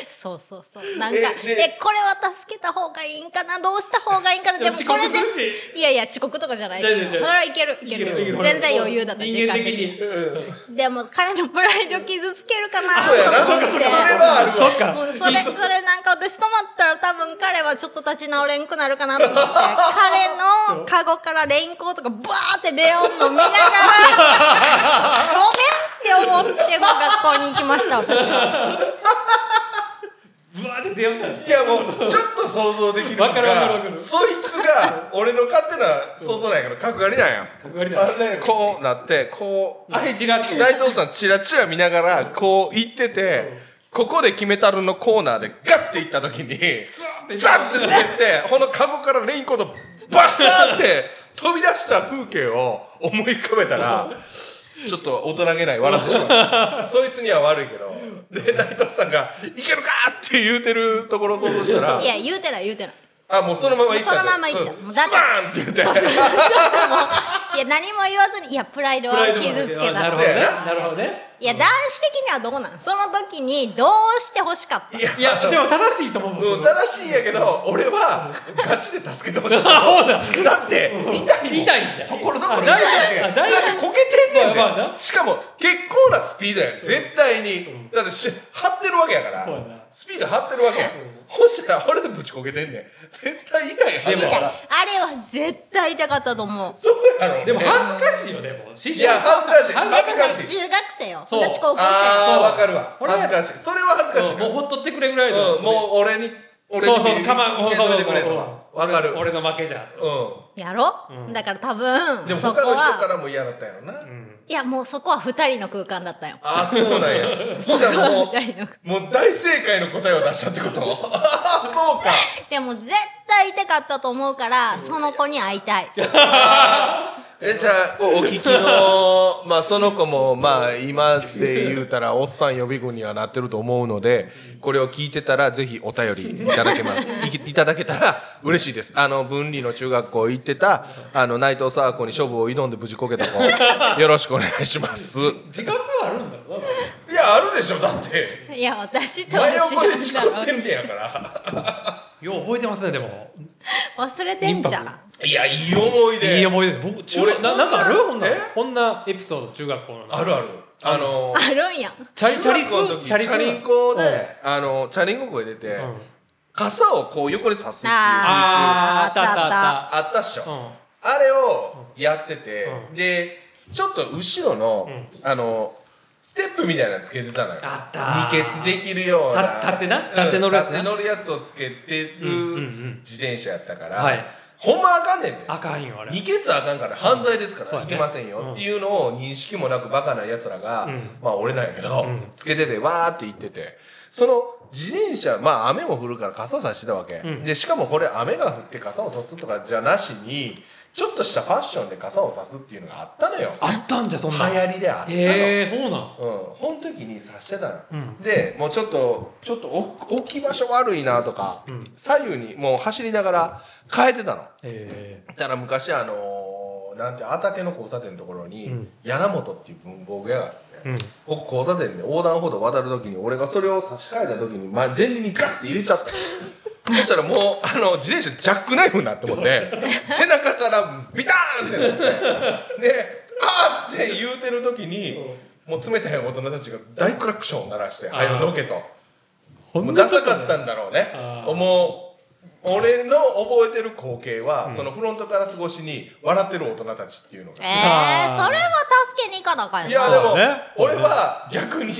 Speaker 2: そうそうそうなんか
Speaker 1: えで
Speaker 2: えこれは助けた方がいいんかなどうした方がいいんかな
Speaker 3: で
Speaker 2: で
Speaker 3: も
Speaker 2: もこれ
Speaker 3: 遅刻するし
Speaker 2: でいやいや遅刻とかじゃないですよ
Speaker 3: いやい
Speaker 2: そ
Speaker 3: やい
Speaker 2: れ
Speaker 3: や
Speaker 2: はいけるいける全然余裕だった時
Speaker 3: 人間
Speaker 2: 間
Speaker 3: 的
Speaker 2: 的に
Speaker 3: に
Speaker 2: でも彼のプライド傷つけるかな
Speaker 1: そうやな
Speaker 2: と思っ
Speaker 1: それはあるわ
Speaker 3: そっか
Speaker 2: てもうそれそれなんか私止まったら多分彼はちょっと立ち直れんくなるかなと 思って彼のカゴからレインコートがバーってレオンの見なが らごめんって思ってもう学校に行きました私は。
Speaker 3: ぶわーって出ようない
Speaker 1: やもうちょっと想像できるの
Speaker 3: わかるわかるわか
Speaker 1: が
Speaker 3: る
Speaker 1: そいつが俺の勝手な想像なんやけど角刈りなんや
Speaker 3: 角刈りなんや
Speaker 1: あねこうなってこう
Speaker 3: あいちらって
Speaker 1: 内藤さんチラチラ見ながらこう行っててここで決めたるのコーナーでガッて行った時にザッて滑ってこのカゴからレインコートバシャーって飛び出した風景を思い浮かべたらちょっと大人げない笑ってし まうそいつには悪いけどで内藤さんが「いけるか!」って言うてるところを想像したら
Speaker 2: いや言うてない言うてない
Speaker 1: あもうそのまま行ったんだ
Speaker 2: そのまま行った
Speaker 1: うん
Speaker 2: もうだっ
Speaker 1: ス
Speaker 2: て
Speaker 1: バーンって言って
Speaker 2: いや何も言わずにいやプライド
Speaker 3: プ
Speaker 2: は
Speaker 3: ライドも
Speaker 2: 傷つけ
Speaker 3: な
Speaker 2: た
Speaker 3: る
Speaker 2: し
Speaker 3: ほどね
Speaker 1: そうやな
Speaker 3: なるほどね
Speaker 2: いや男子的にはどうなんその時にどうして欲しかった
Speaker 3: いやでも正しいと思う
Speaker 1: うん、
Speaker 3: 僕
Speaker 1: 正しいんやけど俺はガチで助けてほしい
Speaker 3: そうだ
Speaker 1: だって痛いもん
Speaker 3: 痛いんだ
Speaker 1: ところどころ
Speaker 3: あ
Speaker 1: 痛い
Speaker 3: だ
Speaker 1: ねんだ
Speaker 3: いぶあ
Speaker 1: っ
Speaker 3: だいぶ
Speaker 1: てこけてんねんで、
Speaker 3: まあまあな
Speaker 1: しかも結構なスピードやねん絶対に、だってし張ってるわけやから
Speaker 3: そうやな
Speaker 1: スピード張ってるわけや、ほしたら俺でぶちこけてんねん絶対痛いはずや
Speaker 3: でも
Speaker 2: あれは絶対痛かったと思う
Speaker 1: そうやろ
Speaker 3: でも
Speaker 1: ね
Speaker 3: 恥ずかしいよでも思春
Speaker 1: いや恥ずかしい
Speaker 3: 恥ず
Speaker 2: だっ
Speaker 3: か
Speaker 2: て
Speaker 1: 恥
Speaker 2: さ
Speaker 1: ずかしい
Speaker 2: 中学生よ
Speaker 3: そう
Speaker 2: 私高校生
Speaker 1: あ
Speaker 3: そう
Speaker 1: あわかるわ
Speaker 3: 俺
Speaker 1: 恥ずかしいそれは恥ずかしいな
Speaker 3: もうほっとってくれぐらいの、
Speaker 1: うん、もう俺に俺に
Speaker 3: そうそうかまん
Speaker 1: 受
Speaker 3: そう
Speaker 1: け止め
Speaker 3: そう
Speaker 1: てくれとわかる
Speaker 3: 俺の負けじゃ
Speaker 1: う
Speaker 2: やろ、だから多分
Speaker 1: んでも
Speaker 2: そ
Speaker 1: 他
Speaker 2: こ
Speaker 1: の人か
Speaker 2: は
Speaker 1: らも嫌だったやろな、
Speaker 2: いやもうそこは二人の空間だったよ
Speaker 1: あそうなん やほんならも
Speaker 2: 誰の
Speaker 1: うもう大正解の答えを出したってこと あそうか
Speaker 2: でも絶対痛かったと思うからその子に会いた い
Speaker 1: えじゃあおお聞きの、まあ、その子も、まあ、今で言うたらおっさん予備軍にはなってると思うのでこれを聞いてたらぜひお便りいただけます いきいただけたら嬉しいですあの分離の中学校行ってたあの内藤沢子に勝負を挑んで無事こけた 子よろしくお願いしますい
Speaker 3: 時間分あるんだろうな
Speaker 1: やあるでしょだって
Speaker 2: いや私と
Speaker 1: 真横で
Speaker 2: 知
Speaker 1: 事
Speaker 2: らんだ
Speaker 1: 故
Speaker 2: ろ
Speaker 1: ってんねやから
Speaker 3: よう覚えてますねでも
Speaker 2: 忘れてんじゃん
Speaker 1: いやいい思い出
Speaker 3: いい思い出で僕中
Speaker 1: 俺
Speaker 3: ななんかある
Speaker 1: こ
Speaker 3: こ
Speaker 1: ん
Speaker 3: ん
Speaker 1: な
Speaker 3: な
Speaker 1: え
Speaker 3: こんなエピソード中学校の
Speaker 1: あるあるあの
Speaker 2: あるんや
Speaker 3: チャリチャリ
Speaker 1: 中学校の時チ
Speaker 3: チャリ
Speaker 1: ャリンコであのチャリンコこう入れて
Speaker 3: うん
Speaker 1: 傘をこう横に刺すっていう
Speaker 3: あーあったあったあっ
Speaker 1: あったっしょ、
Speaker 3: たうん
Speaker 1: あれをやってて、
Speaker 3: う
Speaker 1: でちょっと後ろの、あのステップみたいなのつけてたのよ
Speaker 3: あった
Speaker 1: 二血できるような
Speaker 3: た立ってな立って乗るやつ
Speaker 1: う
Speaker 3: な
Speaker 1: ん立って乗るやつをつけてる
Speaker 3: うんうんうん
Speaker 1: 自転車やったから、
Speaker 3: はい
Speaker 1: ほんまあかんねんで、
Speaker 3: あかんよあれ
Speaker 1: 二血あかんから犯罪ですから、
Speaker 3: そうや
Speaker 1: い
Speaker 3: ね
Speaker 1: けませんよ、
Speaker 3: うん
Speaker 1: っていうのを認識もなくバカな奴らが、
Speaker 3: うん
Speaker 1: まあ俺なんやけど、
Speaker 3: うん
Speaker 1: つけててわーって言っててその自転車まあ雨も降るから傘さしてたわけ、
Speaker 3: うん
Speaker 1: でしかもこれ雨が降って傘をさすとかじゃなしにちょっとしたファッションで傘をさすっていうのがあったのよ
Speaker 3: あったんじゃそん
Speaker 1: 流
Speaker 3: なんへ
Speaker 1: 行りであったの、
Speaker 3: えほうなん
Speaker 1: うん、ほん時にさしてたの、
Speaker 3: うん
Speaker 1: でもうちょっとちょっと置置き場所悪いなとか、
Speaker 3: うん
Speaker 1: 左右にもう走りながら変えてたの
Speaker 3: え
Speaker 1: だから昔あのーなんて畑の交差点のところに、
Speaker 3: うん
Speaker 1: 柳本っていう文房具屋があって、
Speaker 3: うん
Speaker 1: 僕交差点で横断歩道渡る時に俺がそれを差し替えた時に前前輪にガッて入れちゃったのそしたらもうあの自転車ジャックナイフになってもって 背中からビターンってなってで「あーって言うてる時にもう冷たい大人たちが大クラクションを鳴らして「
Speaker 3: あー
Speaker 1: はよのけ」と。
Speaker 3: ほ
Speaker 1: も
Speaker 3: ん
Speaker 1: う
Speaker 3: な
Speaker 1: ダ
Speaker 3: こと
Speaker 1: サかったんだろうね
Speaker 3: あー
Speaker 1: もう俺の覚えてる光景は、そのフロントガラス越しに笑ってる大人たちっていうの
Speaker 2: え
Speaker 1: が、
Speaker 2: ー、
Speaker 3: あー
Speaker 2: それは助けに行かなあかん
Speaker 1: い
Speaker 2: や
Speaker 1: や
Speaker 2: ん
Speaker 1: で
Speaker 2: な
Speaker 1: も、
Speaker 3: そうだね
Speaker 1: 俺は逆に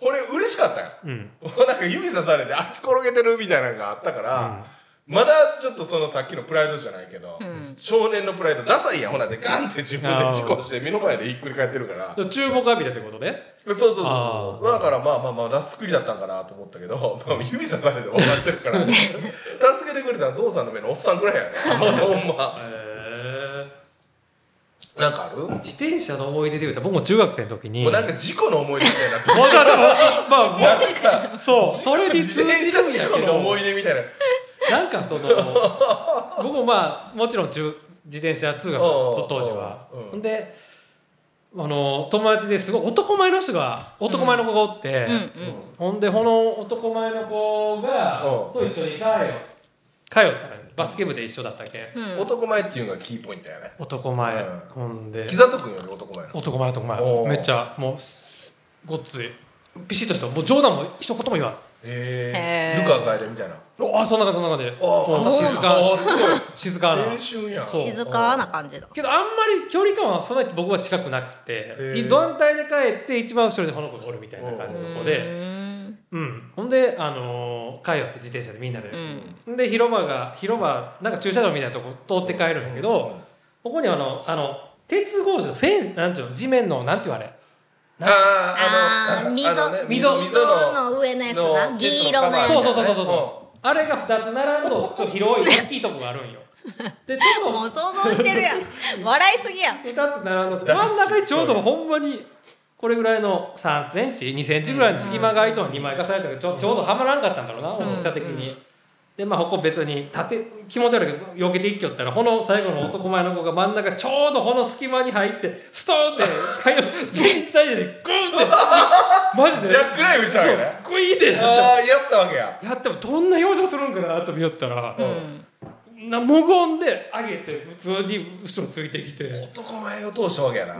Speaker 1: お俺嬉しかったよ、
Speaker 3: うん
Speaker 1: なんか指さされてあっち転げてるみたいなのがあったから、まだちょっとそのさっきのプライドじゃないけど、少年のプライドダサいやんほなでガンって自分で事故して目の前でひっくり返ってるから
Speaker 3: 注目浴びたってことね
Speaker 1: そうそうそう
Speaker 3: あ
Speaker 1: そうだからまあまあまあラスクリだったんかなと思ったけど、 まあ、指さされて笑ってるから 助けてくれたのゾウさんの目のおっさんぐらいやねほんま
Speaker 3: へえ
Speaker 1: なんかある、
Speaker 3: 自転車の思い出で言うと僕も中学生の時に
Speaker 1: もうなんか事故の思い出みたいになって
Speaker 3: わかるまあまあ
Speaker 1: なんかさ
Speaker 3: そうそれに
Speaker 1: 自
Speaker 3: 通
Speaker 1: 転
Speaker 3: じ
Speaker 1: 車
Speaker 3: るんや
Speaker 1: 事故
Speaker 3: け
Speaker 1: の
Speaker 3: ど
Speaker 1: 思い出みたいな
Speaker 3: なんかその僕もまあもちろん中自転車通学
Speaker 1: おうおう
Speaker 3: そ当時は
Speaker 1: おうおううん
Speaker 3: ほんであの友達ですごい男前の人が男前の子がおって、
Speaker 2: うん
Speaker 3: ほんでこの男前の子が
Speaker 1: おう
Speaker 3: と一緒に帰よ帰よったのよバスケ部で一緒だったけん
Speaker 2: うんうん
Speaker 1: 男前っていうのがキーポイントやね
Speaker 3: 男前、
Speaker 1: うん
Speaker 3: ほんで
Speaker 1: 木里君より男前なの
Speaker 3: 男前男
Speaker 1: おう
Speaker 3: 前めっちゃもうすごっついビシッとしたもう冗談も一言も言わん
Speaker 1: へ
Speaker 2: へ
Speaker 1: え
Speaker 2: ー
Speaker 1: ルカ楓みたいな
Speaker 3: おあそんな感じそんな感じ
Speaker 1: あ
Speaker 3: もう
Speaker 1: そう
Speaker 3: 静か
Speaker 1: あすごい
Speaker 3: 静かな
Speaker 1: 青春やん
Speaker 3: そう
Speaker 2: 静かな感じだ
Speaker 3: けどあんまり距離感はそんなに僕は近くなくて、
Speaker 1: ー
Speaker 3: 団体で帰って一番後ろでこの子がおるみたいな感じの子で、
Speaker 2: で
Speaker 3: うんほんで、あのー帰よって自転車でみんなで、
Speaker 2: うん
Speaker 3: んで広場が広場なんか駐車場みたいなとこ通って帰るんやけど、ここにあのあの鉄格子のフェンスなんていうの地面のなんていうのあれ
Speaker 1: あああ
Speaker 2: あ
Speaker 1: の
Speaker 2: ー溝
Speaker 1: あのね
Speaker 3: 溝
Speaker 2: 溝の上のやつな銀色のやつ
Speaker 3: そうそうそうそうそうあれが2つ並んどちょっと広い大きいとこがあるんよでちょっと
Speaker 2: もう想像してるやん笑いすぎやん
Speaker 3: 二つ並んでて
Speaker 1: 大好き
Speaker 3: 真ん中にちょうどほんまにこれぐらいの3センチ2センチぐらいの隙間が空いとん2枚重ねたけどちょちょうどはまらんかったんだろうな大きさ的に。でまあここ別に縦気持ち悪いけど避けていきよったらこの最後の男前の子が真ん中ちょうどこの隙間に入ってストーンって体を全体でグーンってマジで
Speaker 1: ジャックライフちゃうよね
Speaker 3: そうグイーンってなって
Speaker 1: ああやったわけや
Speaker 3: やってもどんな表情するんかなと見よったら、
Speaker 2: うん
Speaker 3: な無言で上げて普通に後ろついてきて。
Speaker 1: 男前を通したわけやな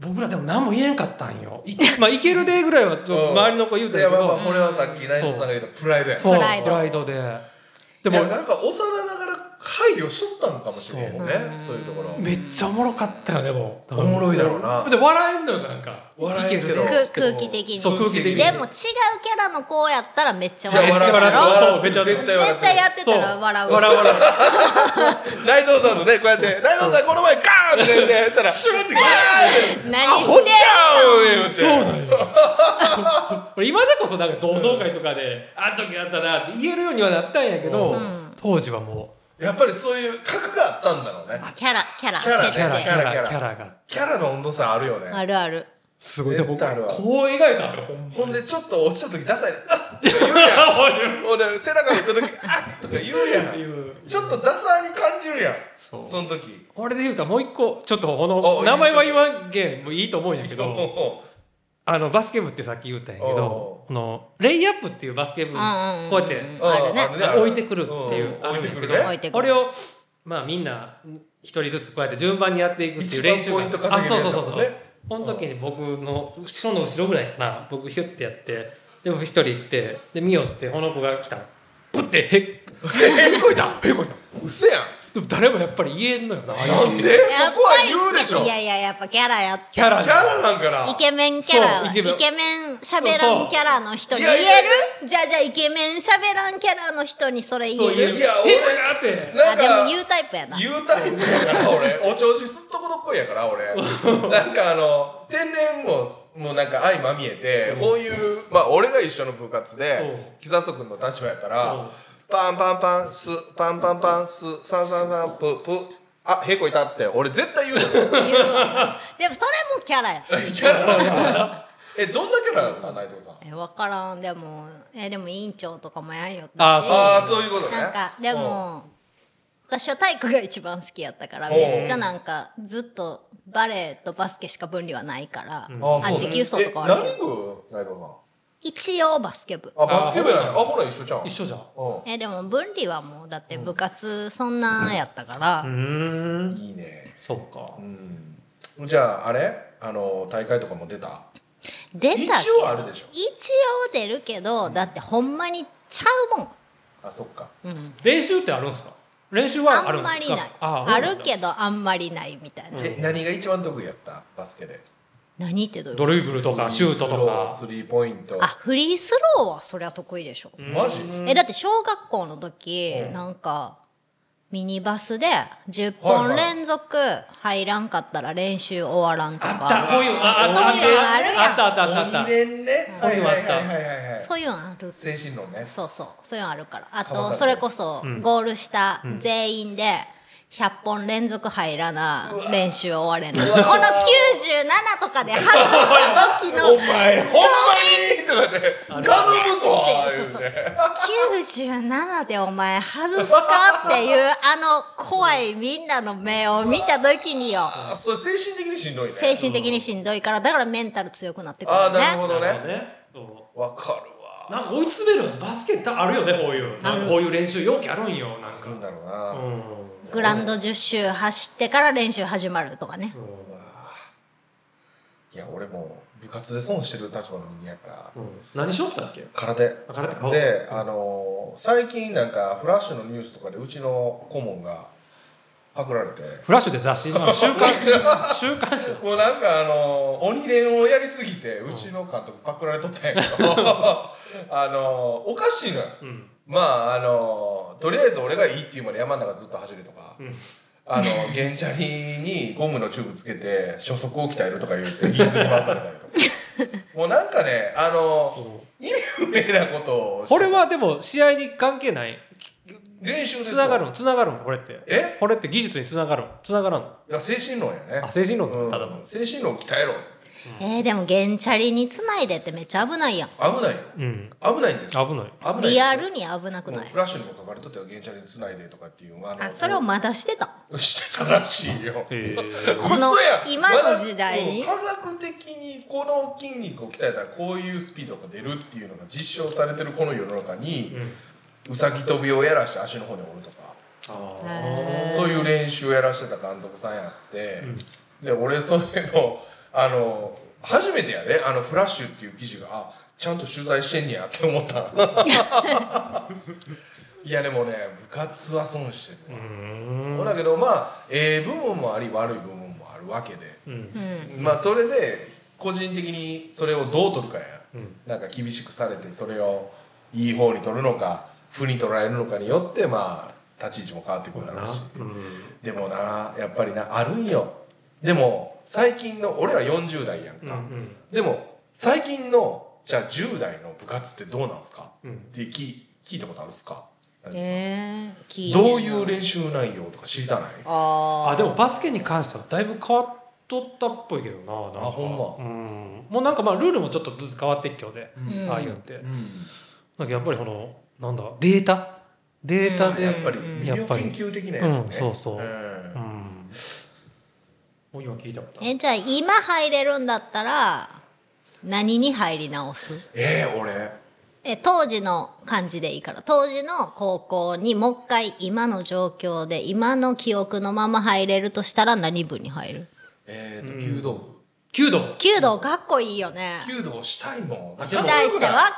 Speaker 3: 僕らでも何も言えんかったんよ。い まあ、いけるでぐらいはちょっと周りの子言うた
Speaker 1: い
Speaker 3: け
Speaker 1: やまあ
Speaker 3: ど
Speaker 1: まあ、これはさっき内緒さんが言ったプライドや
Speaker 3: そう、
Speaker 2: プ
Speaker 3: プ
Speaker 2: ライド
Speaker 3: ライドで。で
Speaker 1: でも
Speaker 3: も、
Speaker 1: なんか幼ながら配慮しとったのかもしれんよねそういうところ
Speaker 3: めっちゃおもろかったよね、もう。
Speaker 1: おもろいだろうな
Speaker 3: で、笑えるのよ、なんか。
Speaker 1: 笑えるけど
Speaker 3: い
Speaker 2: く空気的に
Speaker 3: そう空気的に
Speaker 2: でも違うキャラの子やったらめっちゃ
Speaker 1: いや
Speaker 2: 笑う
Speaker 3: めっちゃ笑った
Speaker 1: 笑う
Speaker 3: そうめっちゃ笑っ
Speaker 1: 絶
Speaker 3: た
Speaker 1: 対笑っ
Speaker 2: 絶
Speaker 1: てる
Speaker 2: 対やってたら笑う
Speaker 3: そう笑う笑う。
Speaker 1: 内藤さんのねこうやって内藤さんこの前ガーンってやってやったら
Speaker 3: シューって。
Speaker 2: 何
Speaker 1: ほ
Speaker 2: し
Speaker 1: ってちゃうって
Speaker 3: そうなんよ。俺今でこそなんか同窓会とかで、あん時あったなって言えるようにはなったんやけど、当時はも
Speaker 1: やっぱりそういう格があったんだろうね
Speaker 2: キャラキャラ
Speaker 1: キャラね
Speaker 2: 設
Speaker 3: う、キャラ、
Speaker 2: 定
Speaker 3: キャラ、
Speaker 1: キャラ
Speaker 3: キャラが。
Speaker 1: キャラの温度差あるよね
Speaker 2: あるある
Speaker 3: すごい。で、僕、
Speaker 1: 絶対あるわ
Speaker 3: こう描いたのよ、ほんまに
Speaker 1: ほんでちょっと落ちた時ダサいねあっって言うやんほんで背中打った時あっとか言うやんちょっとダサに感じるやんそ
Speaker 3: そう
Speaker 1: の時
Speaker 3: 俺で言うたらもう一個ちょっとこ
Speaker 1: お
Speaker 3: の
Speaker 1: いい
Speaker 3: 名前は言わんけんもういいと思うんやけ
Speaker 1: おう
Speaker 3: ど
Speaker 1: おう
Speaker 3: あのバスケ部ってさっき言ったんやけ
Speaker 1: おうお
Speaker 3: どこのレイアップっていうバスケ部
Speaker 2: う
Speaker 3: こ
Speaker 2: んうんん
Speaker 3: うやって
Speaker 1: あ
Speaker 2: あるね
Speaker 1: あるね
Speaker 3: 置いてくるっていう
Speaker 1: うん
Speaker 3: あ
Speaker 1: 置
Speaker 3: るんや
Speaker 1: いてく
Speaker 3: け
Speaker 1: る
Speaker 3: ど
Speaker 1: ね
Speaker 2: 置いてくる
Speaker 3: これをまあみんな一人ずつこうやって順番にやっていくっていう練習
Speaker 1: 一番ポ
Speaker 3: が
Speaker 1: イント稼
Speaker 3: あ
Speaker 1: げ
Speaker 3: そ
Speaker 1: る
Speaker 3: う
Speaker 1: やつ
Speaker 3: そう
Speaker 1: だ
Speaker 3: そ
Speaker 1: も
Speaker 3: うん
Speaker 1: ね
Speaker 3: そうこの時に僕の後ろの後ろぐらいかな僕ヒュッてやってで僕一人行ってで見よってこの子が来たプッてへっ
Speaker 1: えっこいた
Speaker 3: へこいた
Speaker 1: 嘘やん
Speaker 3: でも誰もやっぱり言えんのよな
Speaker 1: なんでそ
Speaker 2: やっ
Speaker 1: こは
Speaker 2: ぱり
Speaker 1: 言うでしょ
Speaker 2: い
Speaker 1: キ
Speaker 2: やいややっぱキャラやって
Speaker 3: キャラ
Speaker 1: ャラなんかな
Speaker 2: イケメンキャラ
Speaker 3: そうイ
Speaker 2: イ
Speaker 3: ケメン
Speaker 2: ケメンしゃべらんキャラの人に
Speaker 1: そ
Speaker 2: 言
Speaker 1: う
Speaker 2: え
Speaker 1: いやいやいや
Speaker 2: るじゃあじゃあイケメンしゃべらんキャラの人にそれ言
Speaker 3: そう
Speaker 2: え
Speaker 3: 言え
Speaker 2: る
Speaker 3: る
Speaker 1: いや
Speaker 3: 変
Speaker 1: 俺
Speaker 3: だなって
Speaker 1: な
Speaker 2: あ
Speaker 1: ん
Speaker 2: で
Speaker 1: か
Speaker 2: も言うタイプやな
Speaker 1: 言うタイプやから俺お調子すっとこどっこいやから 俺なんかあの天然ももうなんか相まみえて、こういうまあ俺が一緒の部活で
Speaker 3: う
Speaker 1: 木笹君の立場やったら、
Speaker 3: うん
Speaker 1: パンパンパンスパンパンパンスサンサンサンププあへこいたって俺絶対言うと思う
Speaker 2: でもそれもキャラや
Speaker 1: キャラなんかえどんなキャラだった内藤さん
Speaker 2: え分からんでもえでも委員長とかもやんよった
Speaker 3: あ
Speaker 2: し
Speaker 3: そう
Speaker 1: ああそういうことね
Speaker 2: なんかでも私は体育が一番好きやったから
Speaker 1: うん
Speaker 2: めっちゃなんかずっとバレエとバスケしか分離はないから
Speaker 1: あ
Speaker 2: あ時給層とかはあるけ
Speaker 1: え
Speaker 2: ど
Speaker 1: 何部内藤さん
Speaker 2: 一応バスケ部
Speaker 1: あバスケ部なんやあほら一緒じゃん
Speaker 3: 一緒じゃん
Speaker 1: う
Speaker 2: えでも分離はもうだって部活そんなやったから、
Speaker 3: うーん
Speaker 1: んいいね
Speaker 3: そうか
Speaker 1: うんじゃああれあの大会とかも出た
Speaker 2: 出たけど
Speaker 1: 一応あるでしょ
Speaker 2: 一応出るけどだってほんまにちゃうもん、
Speaker 1: あそっか
Speaker 2: うん、
Speaker 3: 練習ってあるんですか練習はあ
Speaker 2: あ
Speaker 3: る
Speaker 2: ん
Speaker 3: です
Speaker 2: まりない
Speaker 3: あ
Speaker 2: あるけどあんまりないみたいな、
Speaker 1: え何が一番得意やったバスケで
Speaker 2: 何ってどういうこ
Speaker 3: ド
Speaker 2: と
Speaker 3: リブルとかシュートとか
Speaker 1: スリーポイント
Speaker 2: あフリースローはそりゃ得意でしょ、
Speaker 1: マジ
Speaker 2: えだって小学校の時、なんかミニバスで10本連続入らんかったら練習終わらんと
Speaker 3: あったこ
Speaker 2: か
Speaker 3: ういうああった
Speaker 2: そういうのあるやん
Speaker 3: あったあったあったあったあ
Speaker 1: 鬼
Speaker 3: った
Speaker 1: 連ね
Speaker 3: うん
Speaker 1: はいはいはいはいはいはい
Speaker 2: そういうのある
Speaker 1: 精神論ね
Speaker 2: そうそうそういうのあるからあ
Speaker 1: かまされ
Speaker 2: と
Speaker 1: る
Speaker 2: それこそゴールした全員で100本連続入らな練習終われないこの97とかで外した時の
Speaker 1: お前ほんまにとかで
Speaker 2: ごめん
Speaker 1: 頼むぞ
Speaker 2: って
Speaker 1: 言うて
Speaker 2: 97でお前外すかっていうあの怖いみんなの目を見た時によ
Speaker 1: あそれ精神的にしんどいね
Speaker 2: 精神的にしんどいからだからメンタル強くなってくる
Speaker 1: ああ
Speaker 2: よ
Speaker 1: なる
Speaker 2: ね
Speaker 1: ほど
Speaker 3: なるほ
Speaker 1: ね
Speaker 3: どねそ
Speaker 1: わかるわ
Speaker 3: うなんか追い詰めるバスケってあるよねこういうなんかこういう練習よくやるんよなんか
Speaker 1: なんだろう
Speaker 3: う
Speaker 1: なん
Speaker 2: グラウンド10周走ってから練習始まるとかね
Speaker 1: いや俺も部活で損してる立場の人間やから
Speaker 3: うん何しよったっけ
Speaker 1: 空手
Speaker 3: あ空手か
Speaker 1: で、あのー最近なんかフラッシュのニュースとかでうちの顧問がパクられて
Speaker 3: フラッシュで雑誌の週刊 誌週刊誌
Speaker 1: もうなんかあのー鬼連をやりすぎてうちの監督パクられとったんやけ どあのーおかしいのよ
Speaker 3: うん
Speaker 1: まああのーとりあえず俺がいいっていうまで山の中ずっと走るとか、あの原チャリにゴムのチューブつけて初速を鍛えるとか言って引きずり回されたり とかもうなんかねあのー意味不明なことをして
Speaker 3: これはでも試合に関係ない
Speaker 1: 練習です
Speaker 3: つ
Speaker 1: よ
Speaker 3: ながるのつながるのこれって
Speaker 1: え
Speaker 3: これって技術につながるのつながらんの
Speaker 1: いや精神論やね
Speaker 3: あ精神論
Speaker 1: う
Speaker 3: だ
Speaker 1: ん
Speaker 3: ただの
Speaker 1: 精神論鍛えろ
Speaker 2: えー、でも原チャリにつないでってめっちゃ危ないやん
Speaker 1: 危ないよ
Speaker 3: うん
Speaker 1: 危ないんです
Speaker 3: 危ない
Speaker 1: 危ないです
Speaker 2: リアルに危なく
Speaker 1: もう
Speaker 2: ない
Speaker 1: フラッシュにも書かれとっては原チャリにつないでとかっていうあの
Speaker 2: あそれをまだしてた
Speaker 1: してたらしいよ
Speaker 3: え
Speaker 2: この
Speaker 1: 嘘やん
Speaker 2: 今の時代に
Speaker 1: まだうん科学的にこの筋肉を鍛えたらこういうスピードが出るっていうのが実証されてるこの世の中に、うさぎ跳びをやらして足の方に折るとか、
Speaker 2: へ
Speaker 1: そういう練習をやらしてた監督さんやって、で俺それのあの初めてやねあの「フラッシュ」っていう記事があちゃんと取材してんねやって思った いやでもね部活は損してるわほんだけどまあええ部分もあり悪い部分もあるわけで、まあそれで個人的にそれをどう取るかや、なんか厳しくされてそれをいい方に取るのか負に取られるのかによってまあ立ち位置も変わってくるだろうし、でもなやっぱりなあるんよでも最近の俺ら40代やんか、でも最近のじゃあ10代の部活ってどうなんすか、って聞い聞いたことあるっすか
Speaker 2: えー、聞いてんな
Speaker 1: どういう練習内容とか知りたない
Speaker 2: あ
Speaker 3: あでもバスケに関してはだいぶ変わっとったっぽいけどななんか
Speaker 1: あほんま
Speaker 3: うん、もうなんかまあルールもちょっとずつ変わってっきょで、
Speaker 2: ん
Speaker 3: ああいうのって、なんかやっぱりこのなんだデータデータ
Speaker 1: あ
Speaker 3: で、
Speaker 1: やっぱり
Speaker 3: うん
Speaker 1: 医
Speaker 3: や
Speaker 1: 療
Speaker 3: っぱり
Speaker 1: 研究的なやつね、
Speaker 3: うんそうそう
Speaker 1: ん
Speaker 3: うんもう今聞いたことある
Speaker 2: えじゃあ今入れるんだったら何に入り直す
Speaker 1: えー、俺
Speaker 2: え当時の感じでいいから当時の高校にもう一回今の状況で今の記憶のまま入れるとしたら何部に入る
Speaker 1: えっ、ー、と弓道
Speaker 3: 弓道
Speaker 2: 弓道かっこいいよね
Speaker 1: 部弓道したいもん
Speaker 2: 期待してわか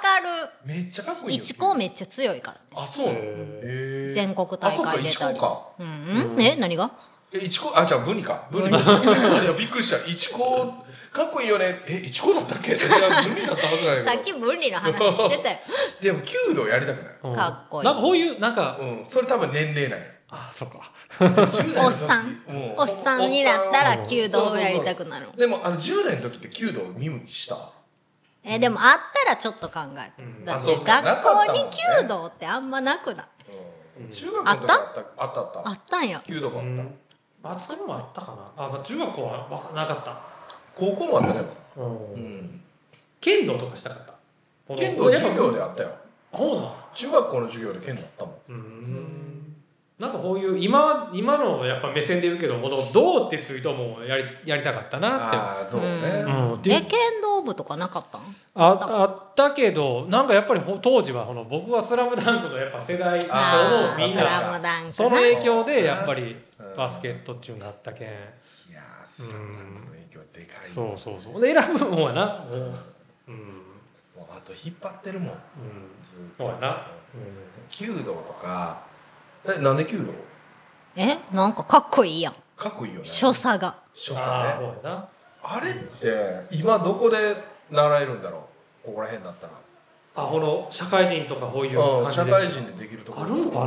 Speaker 1: めっちゃかっこ
Speaker 2: る
Speaker 1: いいよ
Speaker 2: 一高めっちゃ強いからね
Speaker 1: あそうなのへー
Speaker 2: 全国大
Speaker 1: あそっか
Speaker 2: 会出
Speaker 1: 一
Speaker 2: た
Speaker 1: 高
Speaker 2: り
Speaker 1: か
Speaker 2: うん、うん、え何が
Speaker 1: え一高あじゃあブニかブニいやびっくりした一高かっこいいよねえ一高だったっけいや ブニだったはずない
Speaker 2: さっき分離の話して たよ
Speaker 1: でも弓道やりたくない
Speaker 3: うん
Speaker 2: かっこいい
Speaker 3: なんかこういうなんか、
Speaker 1: うんそれ多分年齢なんや
Speaker 3: あそっか
Speaker 1: 10代の時
Speaker 2: おっさん
Speaker 1: う
Speaker 2: おっさんになったら弓道をやりたくなる
Speaker 1: そうそうそうでもあの10代の時って弓道見向きした
Speaker 2: えでもあったらちょっと考えた、だ
Speaker 1: あ
Speaker 2: って
Speaker 1: そう
Speaker 2: 学
Speaker 1: かな
Speaker 2: 校に
Speaker 1: かったもんね
Speaker 2: 弓道ってあんまなくない
Speaker 1: 中学の時
Speaker 2: あ
Speaker 1: ったあったあった
Speaker 2: あったんや
Speaker 1: 弓道部あった、
Speaker 3: 松上もあったかなあ、まあ、中学校はわかなかっ
Speaker 1: 高校もあったね、
Speaker 3: た、う、
Speaker 1: うんん、
Speaker 3: 剣道とかしたかった
Speaker 1: 剣道授業で
Speaker 3: あ
Speaker 1: あったよ
Speaker 3: そうなん
Speaker 1: 中学校の授業で剣道あったもん
Speaker 3: うんなんかこういう今は今のやっぱ目線で言うけどこの「どう」ってツイートもやりやりたかったなっ
Speaker 1: ああどうね、
Speaker 3: て。うん、ってい
Speaker 2: え
Speaker 3: う
Speaker 2: 剣道部とかなかったん
Speaker 3: ああったけどなんかやっぱりほ当時はこの僕は「スラムダンクのやっぱ世代の
Speaker 1: あー
Speaker 3: みん
Speaker 2: ス
Speaker 3: な
Speaker 2: ラムダンク
Speaker 3: その
Speaker 2: な
Speaker 3: 影響でやっぱり
Speaker 1: うん
Speaker 3: バスケットっていうのがあったけん
Speaker 1: いやースラムダンクの影響でかい
Speaker 3: そ
Speaker 1: も
Speaker 3: うそうそうで選ぶもんやなもううん
Speaker 1: うあと引っ張ってるもん
Speaker 3: うん
Speaker 1: ずっ
Speaker 3: そう
Speaker 1: と
Speaker 3: やな
Speaker 1: 弓道とかえなんで弓道
Speaker 2: えなんかかっこいいやん
Speaker 1: かっこいいよね
Speaker 2: 所作が
Speaker 1: 所
Speaker 3: ああ
Speaker 1: 作
Speaker 3: そう
Speaker 1: ね
Speaker 3: やな
Speaker 1: あれって今どこで習えるんだろうここら辺だったら
Speaker 3: あこの社会人とかこういう
Speaker 1: うん
Speaker 3: 感じ
Speaker 1: 社
Speaker 3: で
Speaker 1: 会人でできるとこ
Speaker 3: あ
Speaker 1: ろ
Speaker 3: るの
Speaker 1: ね
Speaker 3: か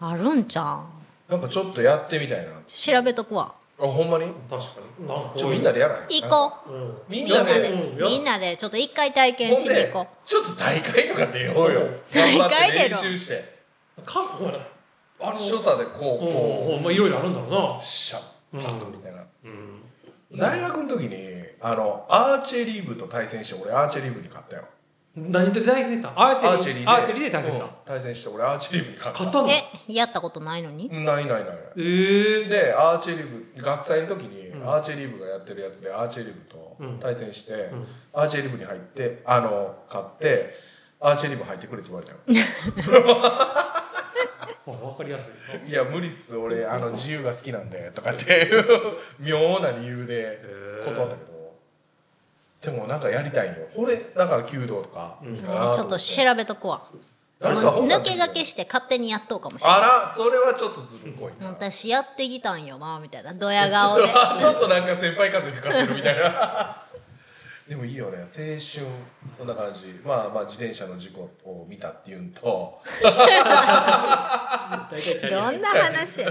Speaker 3: な
Speaker 2: あるんじゃん
Speaker 1: なんかちょっとやってみたいなあ
Speaker 2: 調べとくわ
Speaker 1: ほんまに
Speaker 3: 確かになんかこう
Speaker 1: ち
Speaker 3: い
Speaker 1: ょ
Speaker 3: う
Speaker 1: みんなでやらない
Speaker 2: 行こう
Speaker 3: うん
Speaker 1: みん
Speaker 2: みんな
Speaker 1: なで
Speaker 2: で
Speaker 3: うん
Speaker 2: みんなでちょっと一回体験
Speaker 1: ほん
Speaker 2: しに行こ
Speaker 1: でちょっと大会とか出ようよ
Speaker 2: 大
Speaker 1: 頑張
Speaker 2: 会
Speaker 1: っ
Speaker 2: 出
Speaker 1: て
Speaker 2: ろ
Speaker 1: 練習して
Speaker 3: かほらあの
Speaker 1: 所作でこう
Speaker 3: お
Speaker 1: こ
Speaker 3: おまあいろいろあるんだろう
Speaker 1: うシャッ
Speaker 3: うん
Speaker 1: パンみたいな
Speaker 3: なうん
Speaker 1: 大学の時にあのアーチェリー部と対戦して俺アーチェリー部に勝ったよ
Speaker 3: 何と対戦したアーチ
Speaker 1: ア
Speaker 3: ェ
Speaker 1: ーチェ
Speaker 3: リ
Speaker 1: リー
Speaker 3: ー
Speaker 1: で
Speaker 3: アーチェリーで対戦した
Speaker 1: うん対戦して俺アーチェリー部に勝った
Speaker 3: 勝ったの
Speaker 2: うえやったことないのに
Speaker 1: ないないない
Speaker 3: ええ
Speaker 1: でアーチェリー部学祭の時にアーチェリー部がやってるやつでアーチェリー部と対戦して、アーチェリー部に入ってあの勝ってアーチェリー部入ってくれって言われたよ
Speaker 3: わかりやす い
Speaker 1: いや無理っす俺あの自由が好きなんでとかっていう妙な理由で断ったけど、でもなんかやりたいんよ俺だから弓道とかいいかな
Speaker 2: ちょっと調べとくわ
Speaker 1: なんか本
Speaker 2: 抜
Speaker 1: 格
Speaker 2: け
Speaker 1: 的
Speaker 2: 駆けして勝手にやっとうかもしれない
Speaker 1: あらそれはちょっとずるこいな
Speaker 2: 私やってきたんよなみたいなドヤ顔 で
Speaker 1: ちょっと なんか先輩風吹かせるみたいな でもいいよね青春そんな感じまあまあ自転車の事故を見たっていうんと
Speaker 3: 大体チャリ
Speaker 2: どんな話や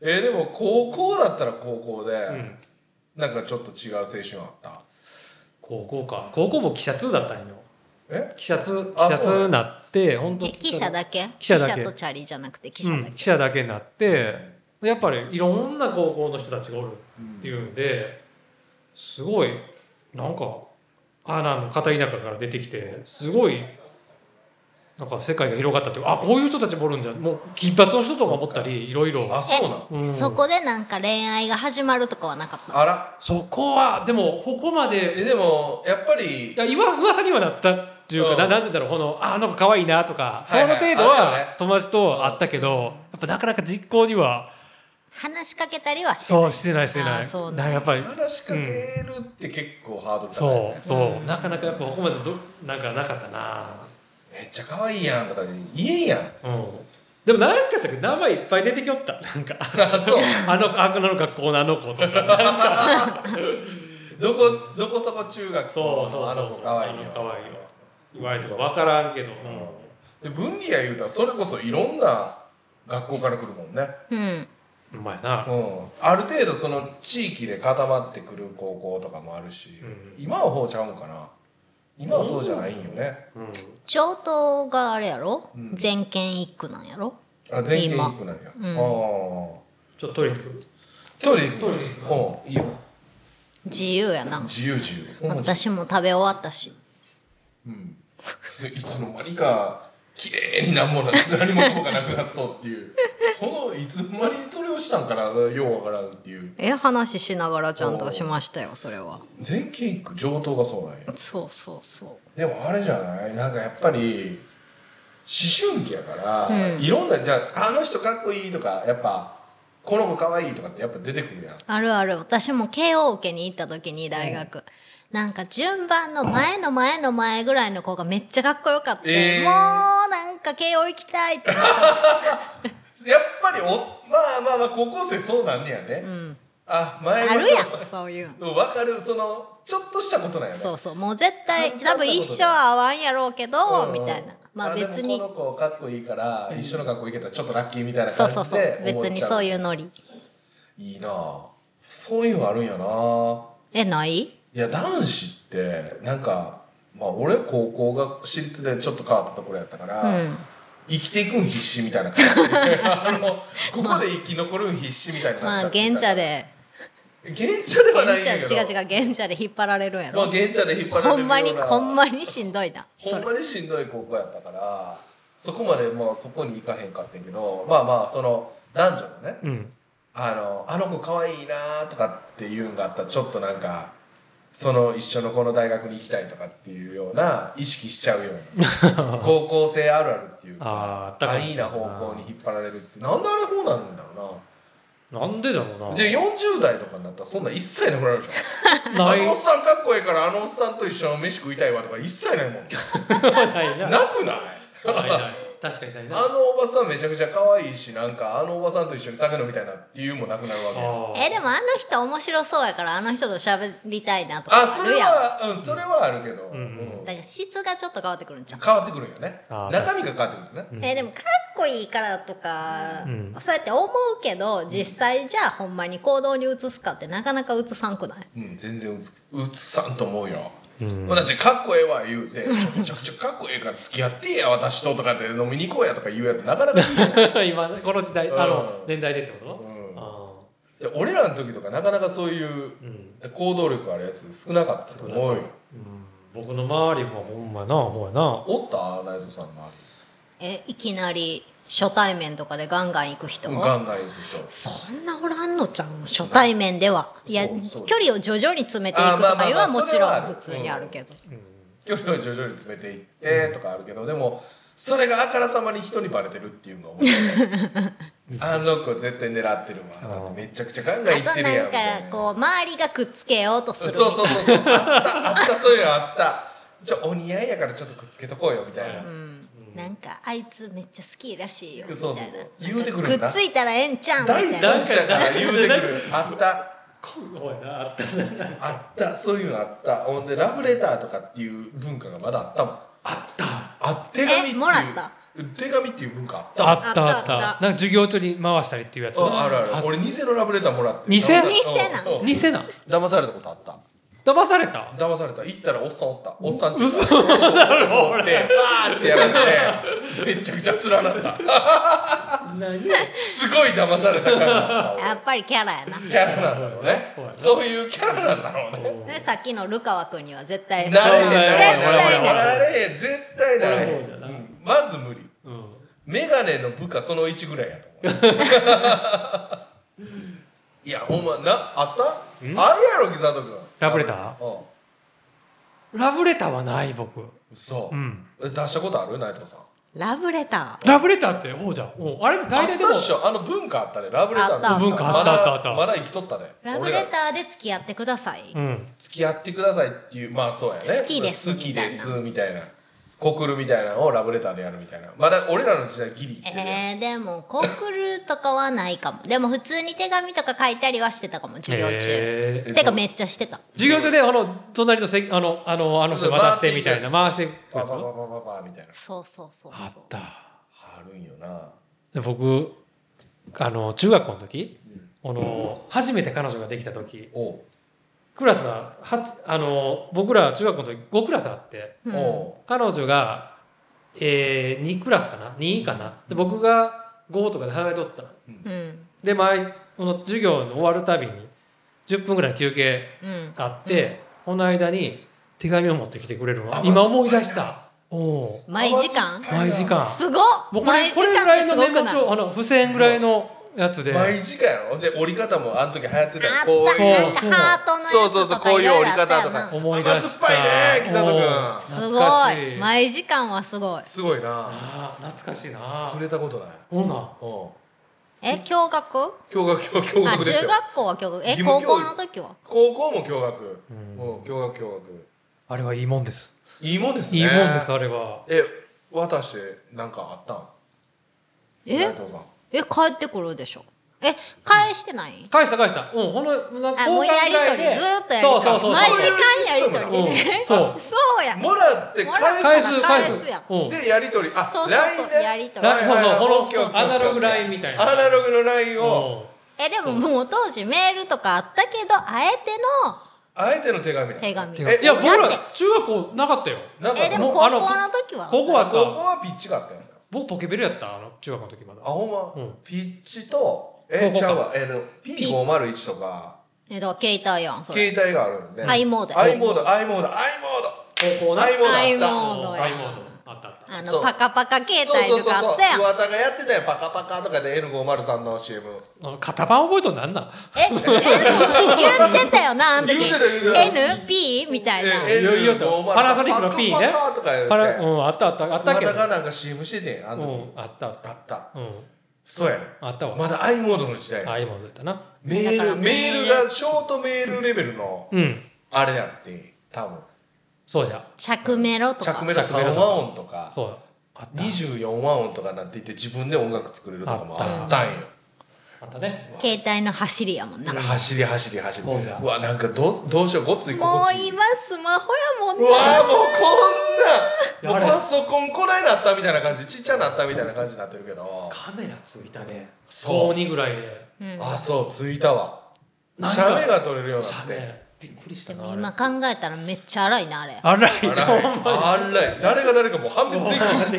Speaker 1: えーでも高校だったら高校で、
Speaker 3: ん
Speaker 1: なんかちょっと違う青春あった
Speaker 3: 高校か高校も記者2だったんよ
Speaker 1: え
Speaker 3: 記者2記
Speaker 1: あ
Speaker 3: 者
Speaker 1: そう
Speaker 3: 2なって本当
Speaker 2: え記者だけ
Speaker 3: 記者だけ
Speaker 2: とチャリじゃなくて記
Speaker 3: う
Speaker 2: 者だ
Speaker 3: ん
Speaker 2: け、
Speaker 3: 記者だけになってやっぱりいろんな高校の人たちがおるっていうんで、すごいなんかアーナの片田舎から出てきてすごいなんか世界が広がったというかあこういう人たちもおるんじゃもう金髪の人とか思ったりいろいろ
Speaker 1: あそうなの
Speaker 3: うん
Speaker 2: そこでなんか恋愛が始まるとかはなかった
Speaker 1: あら
Speaker 3: そこはでもここまで
Speaker 1: えでもやっぱ
Speaker 3: い
Speaker 1: り
Speaker 3: やいわ噂にはなったっていうか、
Speaker 1: うん
Speaker 3: ななんて言うんだろうこのああの子可愛いなとか、
Speaker 1: はいはい
Speaker 3: その程度
Speaker 1: あるよね
Speaker 3: は友達とあったけど、やっぱなかなか実行には
Speaker 2: 話しかけたりはしてない
Speaker 3: そうしてないしてな
Speaker 2: あ
Speaker 3: い
Speaker 2: そう
Speaker 3: だ
Speaker 2: な
Speaker 3: か
Speaker 2: んだ
Speaker 3: らやっぱり
Speaker 1: 話しかけるって結構ハードル高いよ
Speaker 3: そ
Speaker 1: ね
Speaker 3: うそうなかなかやっぱここまでどなんかなかったな
Speaker 1: めっちゃ可愛いやんとかで言えんやん
Speaker 3: うんでもなんかさ名前いっぱい出てきよったなんか
Speaker 1: あそう
Speaker 3: あのあの学校のあの子とか
Speaker 1: どこどこそこ中学
Speaker 3: そ
Speaker 1: 校
Speaker 3: うそうそう
Speaker 1: のあの子可愛い
Speaker 3: あ
Speaker 1: よ
Speaker 3: の可愛いよいわゆる分からんけど、
Speaker 1: で分離や言うたらそれこそいろんな学校から来るもんね、
Speaker 2: うん
Speaker 3: うんうまいな
Speaker 1: うん、ある程度その地域で固まってくる高校とかもあるし、
Speaker 3: う
Speaker 1: 今はほうちゃうんかな今はそうじゃないんよね、
Speaker 3: うん
Speaker 2: 上等があれやろ、
Speaker 1: うん
Speaker 2: 全県一区なんやろ
Speaker 1: あ全県行くなんや、
Speaker 2: 今うん
Speaker 1: ああ
Speaker 3: ちょっとトイレ行ってくる
Speaker 1: トイレ行
Speaker 3: トイレ
Speaker 1: くうんいいよ
Speaker 2: 自由やな
Speaker 1: 自由自由ほんま自由
Speaker 2: 私も食べ終わったし
Speaker 1: うん、いつの間にか綺麗になんもな何もかもがなくなっとっていうそのいつの間にそれをしたんかなようわからんっていう
Speaker 2: え話しながらちゃんとしましたよそれは
Speaker 1: 全県一区上等がそうなんや
Speaker 2: そうそうそ
Speaker 1: でもあれじゃないなんかやっぱり思春期やから、
Speaker 2: うん
Speaker 1: いろんなじゃああの人かっこいいとかやっぱこの子かわいいとかってやっぱ出てくるやん
Speaker 2: うあるある私も慶応受けに行った時に大学、なんか順番の前の前の前ぐらいの子がめっちゃかっこよかった、
Speaker 1: えー
Speaker 2: もうなんか慶応行きたいってなった
Speaker 1: やっぱりおまあまあまあ高校生そうなんねやね、
Speaker 2: うん、
Speaker 1: あ前
Speaker 2: あ
Speaker 1: の
Speaker 2: るやんそういうの
Speaker 1: 分かるそのちょっとしたことなんやね
Speaker 2: そうそうもう絶対
Speaker 1: 簡単な
Speaker 2: 多
Speaker 1: ことだ
Speaker 2: 分一生合わんやろうけど、
Speaker 1: うん
Speaker 2: みたいなまあ
Speaker 1: でも
Speaker 2: 別に
Speaker 1: この子かっこいいから一緒の学校行けたらちょっとラッキーみたいな
Speaker 2: そ
Speaker 1: 感
Speaker 2: う
Speaker 1: じ
Speaker 2: そう
Speaker 1: で
Speaker 2: そう別にそういううノリ
Speaker 1: いいなあそういうのあるんやな
Speaker 2: えない
Speaker 1: いや男子ってなんかまあ俺高校が私立でちょっと変わったところやったから、
Speaker 2: うん
Speaker 1: 生きていくん必死みたいな感じで あのここで生き残るん必死みたいにな
Speaker 2: ま
Speaker 1: っち
Speaker 2: あ
Speaker 1: ゃって
Speaker 2: 現茶で
Speaker 1: 現茶ではないん
Speaker 2: 現茶
Speaker 1: だけど
Speaker 2: 違う違う現茶で引っ張られるんや
Speaker 1: まあ
Speaker 2: ろ
Speaker 1: 現茶で引っ張られ
Speaker 2: ほ
Speaker 1: るよ
Speaker 2: ん
Speaker 1: うな
Speaker 2: まにほんまにしんどいなそ
Speaker 1: ほん
Speaker 2: れ
Speaker 1: まにしんどい高校やったからそこまでまあそこに行かへんかってんけどまあまあその男女のね
Speaker 3: うん
Speaker 1: あのあの子可愛いなとかっていうんがあったらちょっとなんかその一緒のこの大学に行きたいとかっていうような意識しちゃうよ うな高校生あるあるっていう
Speaker 3: あーあ
Speaker 1: か
Speaker 3: ったかもし
Speaker 1: 安
Speaker 3: れん
Speaker 1: 易
Speaker 3: な
Speaker 1: な方向に引っ張られるってなんであれ方なんだろ
Speaker 3: なんでだろう
Speaker 1: う
Speaker 3: な
Speaker 1: なで40代とかになったらそんなん一切なくなるでしょ
Speaker 3: な
Speaker 1: あ
Speaker 3: い
Speaker 1: のおっさんかっこいいからあのおっさんと一緒の飯食いたいわとか一切ないもん
Speaker 3: ないな
Speaker 1: なくない
Speaker 3: ないない確かにないな
Speaker 1: あのおばさんめちゃくちゃ可愛いしなんかあのおばさんと一緒に酒飲みたいなっていうもなくなるわけよ
Speaker 3: あー
Speaker 2: えでもあの人面白そうやからあの人と喋りたいなとか
Speaker 1: あ
Speaker 2: あ
Speaker 1: そ
Speaker 2: る
Speaker 1: れ
Speaker 2: やんだか
Speaker 1: はうんそれはあるけど、
Speaker 3: ん
Speaker 1: うん
Speaker 2: ら質がちょっと変わってくるんちゃう
Speaker 1: 変わってくるんよね
Speaker 3: あー
Speaker 1: 中身が変わってくるね、
Speaker 2: えーでもかっこいいからとか、
Speaker 3: うん
Speaker 2: そうやって思うけど実際じゃあほんまに行動に移すかってなかなか移さんくない
Speaker 1: うん全然うつうつさんと思うよ、
Speaker 3: うん
Speaker 1: だってかっこええわ言うてめちゃくちゃかっこええから付き合ってや私ととかで飲みに行こうやとか言うやつなかなかいい よ
Speaker 3: 今この時代
Speaker 1: うん
Speaker 3: あの年代でってこと
Speaker 1: うん
Speaker 3: あ
Speaker 1: で俺らの時とかなかなかそういう
Speaker 3: ーうん
Speaker 1: 行動力あるやつ少なかったと思うよ
Speaker 3: うん僕の周りもほんまなほんまや
Speaker 1: おった内藤さんのあ
Speaker 2: えいきなり初対面とかでガンガン行く人
Speaker 1: るガンガン行く人
Speaker 2: そんなおらんのちゃう初対面ではいや
Speaker 1: そうそう
Speaker 2: 距離を徐々に詰めていくとかいうの
Speaker 1: あまあまあ
Speaker 2: は
Speaker 1: まあ
Speaker 2: も
Speaker 1: そ
Speaker 2: ちろ
Speaker 1: れ
Speaker 2: ん
Speaker 1: はある
Speaker 2: 普通にあるけど、
Speaker 1: 距離を徐々に詰めていってとかあるけど、でもそれがあからさまに人にバレてるっていうのが面白 いあの子絶対狙ってるわ
Speaker 3: うん
Speaker 1: めちゃくちゃガンガンい
Speaker 2: あ
Speaker 1: っ
Speaker 2: と
Speaker 1: てるやん
Speaker 2: なんかこう周りがくっつけようとす
Speaker 1: み
Speaker 2: る
Speaker 1: たいなそうそうそうそうあったあったそういうのあったじゃお似合いやからちょっとくっつけとこうよみたいな、
Speaker 2: うんなんかあいつめっちゃ好きらしいよみたい
Speaker 1: そ
Speaker 2: な
Speaker 1: うそうそう言うてくるん
Speaker 2: く
Speaker 1: だ
Speaker 2: っついたらええんちゃうんみたい
Speaker 1: 第
Speaker 2: な
Speaker 1: 三者から言うてくるあった
Speaker 3: なあったな
Speaker 1: あったそういうのあったほんでラブレターとかっていう文化がまだあったもん
Speaker 3: あった
Speaker 1: あ手紙っていう
Speaker 2: えもらった
Speaker 1: 手紙っていう文化あった
Speaker 3: あったあ
Speaker 2: あっ
Speaker 3: ったた
Speaker 2: あ
Speaker 3: なん
Speaker 2: っ
Speaker 3: か授業中に回したりっていうやつ
Speaker 1: ああるある俺偽のラブレターもらって
Speaker 3: 偽
Speaker 1: 騙さ
Speaker 2: 偽なん
Speaker 1: うんうん
Speaker 3: 偽な
Speaker 1: 騙されたことあった
Speaker 3: 騙された
Speaker 1: 騙された行ったらおっさんおったおっさんって嘘だろってバーってやられてめちゃくちゃつらなった
Speaker 3: 何
Speaker 1: すごい騙された感
Speaker 2: やっぱりキャラやな
Speaker 1: じキャラなんだろうね
Speaker 3: はい
Speaker 1: そういうキャラなんだろうね
Speaker 2: でさっきのルカワ君には絶対
Speaker 1: なれへん
Speaker 2: そん
Speaker 1: な
Speaker 2: な
Speaker 1: れ
Speaker 2: 絶
Speaker 1: へん
Speaker 2: 対
Speaker 1: なれへん絶対なれ
Speaker 3: なれへん
Speaker 1: へ
Speaker 3: 俺も
Speaker 1: ん
Speaker 3: そうだな
Speaker 1: うんまず無理
Speaker 3: うん
Speaker 1: メガネの部下その1ぐらいやと思 ういやほんまなあったあるやろギザード君
Speaker 3: ラブレター
Speaker 1: うん
Speaker 3: ラブレターはない僕
Speaker 1: そう、
Speaker 3: ん
Speaker 1: え出したことある内藤さん
Speaker 2: ラブレタ
Speaker 3: ラブレターってほうじゃんうんあれって
Speaker 1: あっ
Speaker 3: 大体でも
Speaker 1: たっしょあの文化あったねラブレター
Speaker 2: あった
Speaker 1: の
Speaker 2: 文
Speaker 3: 化あったあったあった
Speaker 1: まだまだ生きとったね
Speaker 2: ーラブ
Speaker 1: 俺ら
Speaker 2: レターで付き合ってください、
Speaker 3: うん
Speaker 1: 付き合ってくださいっていうまあそうやね
Speaker 2: 好きです
Speaker 1: 好きですみたいな告るみたいなのをラブレターでやるみたいなまだ俺らの時代ギリ生きてるやん
Speaker 2: えー、でもコンクールとかはないかもでも普通に手紙とか書いたりはしてたかも授業中、
Speaker 3: へー
Speaker 2: てかめっちゃしてた
Speaker 3: 授業中であの隣のせあのあのあの人渡してみたいな回してく
Speaker 1: パ
Speaker 3: や
Speaker 1: パ
Speaker 3: つ
Speaker 1: パパパパみたいな
Speaker 2: そうそうそう
Speaker 3: あ
Speaker 2: そ
Speaker 3: っ
Speaker 2: う
Speaker 3: た
Speaker 1: あるんよな
Speaker 3: で僕あの中学校の時あの初めて彼女ができた時
Speaker 1: おう
Speaker 3: クラスがはあの僕ら中学校の時5クラスあって
Speaker 2: うん
Speaker 1: おう
Speaker 3: 彼女が、えー、2クラスかな2かなで僕が5とかで離れとった
Speaker 2: うん
Speaker 3: で毎この授業の終わるたびに10分ぐらい休憩
Speaker 2: うん
Speaker 3: あって、この間に手紙を持ってきてくれるの
Speaker 1: あ
Speaker 3: 今思い出したおお
Speaker 2: 毎時間
Speaker 3: 毎時間
Speaker 2: すごっ
Speaker 3: もうこ
Speaker 2: 毎
Speaker 3: れ
Speaker 2: 時
Speaker 3: これぐ
Speaker 2: 間っ
Speaker 3: ら
Speaker 2: て
Speaker 3: い
Speaker 2: す
Speaker 3: の
Speaker 2: ご
Speaker 3: メ
Speaker 2: く
Speaker 3: モ
Speaker 2: ない
Speaker 3: 帳あの付箋ぐらいのやつで
Speaker 1: 毎時間やろで折り方もあの時流行ってたよ
Speaker 2: あった
Speaker 1: こういう
Speaker 2: なん
Speaker 3: そ
Speaker 2: か
Speaker 3: う
Speaker 2: ハートのやつとか
Speaker 1: そうそうそうこういう折り方と
Speaker 2: いろいろあ
Speaker 1: か
Speaker 2: ったよな
Speaker 3: 思い出した
Speaker 1: 甘酸っぱいね北里君
Speaker 3: おー
Speaker 2: す
Speaker 3: 懐かし
Speaker 2: ごい毎時間はすごい
Speaker 1: すごいな
Speaker 3: あー懐かしいな
Speaker 1: 触れたことない
Speaker 3: ほな
Speaker 1: おう
Speaker 2: え共学あ
Speaker 1: 共学共共学
Speaker 2: 中
Speaker 1: ですよ
Speaker 2: 学校は共学え
Speaker 1: 義
Speaker 2: 高
Speaker 1: 務教
Speaker 2: 校
Speaker 1: 育
Speaker 2: の時は
Speaker 1: 高校も共学
Speaker 3: ん
Speaker 1: もう共学共学
Speaker 3: あれはいいもんです
Speaker 1: いいもんですね
Speaker 3: いいもんですあれは
Speaker 1: え渡してなんかあったん
Speaker 2: え
Speaker 1: 内藤さん
Speaker 2: え帰ってくるでしょえ返してない
Speaker 3: 返した返したうんほのなんか
Speaker 2: あもうやりとりずーっとやりとり
Speaker 3: そうそうそう
Speaker 2: 毎
Speaker 1: そう
Speaker 2: 時間やりとり、
Speaker 3: うんそう
Speaker 2: そうや
Speaker 1: もらって
Speaker 3: 返
Speaker 1: 返す
Speaker 3: す
Speaker 2: 返
Speaker 3: 返
Speaker 2: す
Speaker 3: すうん
Speaker 1: でやり取りあ
Speaker 2: そうそうそう
Speaker 1: LINE ね
Speaker 2: やり取り
Speaker 1: はいはいはい
Speaker 3: そうそう
Speaker 1: オッケーオッケ
Speaker 3: ア
Speaker 1: ーオッケー
Speaker 3: ナログ LINE みたいな
Speaker 1: アナログの LINE を
Speaker 2: えでももう当時メールとかあったけどあえての
Speaker 1: あえての手紙なの
Speaker 2: 手紙
Speaker 1: え
Speaker 3: いや僕
Speaker 2: だ
Speaker 3: ら
Speaker 2: って
Speaker 3: 中学校なかったよ
Speaker 1: なんか
Speaker 2: えでも
Speaker 3: もう
Speaker 2: 高
Speaker 3: あの
Speaker 2: 校の時は
Speaker 3: 高校はあ
Speaker 1: あ
Speaker 3: っ
Speaker 1: ここ
Speaker 3: た
Speaker 1: はピッチがあったよ
Speaker 3: 僕ポケベルやったあの中学の時まだ
Speaker 1: あほん
Speaker 3: う
Speaker 1: ま
Speaker 3: ん
Speaker 1: ピッチと
Speaker 3: こ
Speaker 1: え
Speaker 3: こか
Speaker 1: ちゃうわえの P501 とか
Speaker 2: えだから携帯やんそれ
Speaker 1: 携帯があるんで
Speaker 2: i モード
Speaker 1: i モード i モード i モー
Speaker 3: 高校
Speaker 1: ド
Speaker 3: な
Speaker 1: i モードあっ
Speaker 2: i モード
Speaker 3: 大
Speaker 2: や
Speaker 3: モードあったあった
Speaker 2: あ
Speaker 1: そ
Speaker 2: の
Speaker 1: う
Speaker 2: パカパカ携
Speaker 1: たそう
Speaker 2: 帯
Speaker 1: そうそう
Speaker 2: とかあ
Speaker 1: そう
Speaker 2: ったやん
Speaker 1: 桑田がやってたよパカパカとかで N503 の CM
Speaker 3: あの型番覚えとんなんなん
Speaker 2: えでも言ってたよなあの時
Speaker 1: 言ってた言ってた
Speaker 2: NP みたいな
Speaker 1: え
Speaker 3: いよいよとパナソニックの P
Speaker 1: パカ
Speaker 3: ね
Speaker 1: パカとかやって
Speaker 3: パラうんあったあったあった
Speaker 1: 桑
Speaker 3: けど
Speaker 1: 田がなんか CM しててあ
Speaker 3: う
Speaker 1: の
Speaker 3: んあったあっ
Speaker 1: 時あ
Speaker 3: た
Speaker 1: った
Speaker 3: うん
Speaker 1: そうやね
Speaker 3: あったわ
Speaker 1: まだ i モードの時代
Speaker 3: ああいうもんだったな
Speaker 1: メ
Speaker 2: だ
Speaker 1: ー
Speaker 2: から
Speaker 1: ルメー
Speaker 2: メール
Speaker 1: ルがショートメールレベルの
Speaker 3: うん
Speaker 1: あれやって多分
Speaker 3: そうじゃ
Speaker 2: 着メロとか
Speaker 1: 着メロ3和音とか
Speaker 3: そうだあった
Speaker 1: 24和音とかなっていって自分で音楽作れるとかもあったんよ
Speaker 3: あったね
Speaker 2: 携帯の走りやも んなもう
Speaker 1: 走り走り走り
Speaker 3: そうじゃ
Speaker 1: うわなんかどうどうしようごっつい心地いい
Speaker 2: 今スマホやもん
Speaker 1: う
Speaker 2: な
Speaker 1: わーもうこんな
Speaker 3: や
Speaker 1: も
Speaker 3: れ
Speaker 1: うパソコンこないなったみたいな感じちっちゃなったみたいな感じになってるけど
Speaker 3: カメラついたね
Speaker 1: そう
Speaker 3: 高2ぐらいで
Speaker 2: うん
Speaker 1: あそうついたわ
Speaker 3: なん
Speaker 1: シ
Speaker 3: か
Speaker 1: ャメが取れるようにな
Speaker 3: 写
Speaker 1: っ
Speaker 3: メ
Speaker 1: て
Speaker 3: びっくりした
Speaker 2: で
Speaker 3: な
Speaker 2: も今考えたらめっちゃ荒いなあれ
Speaker 3: あら
Speaker 1: あ
Speaker 3: い
Speaker 1: らいあらい誰が誰かもう判別でき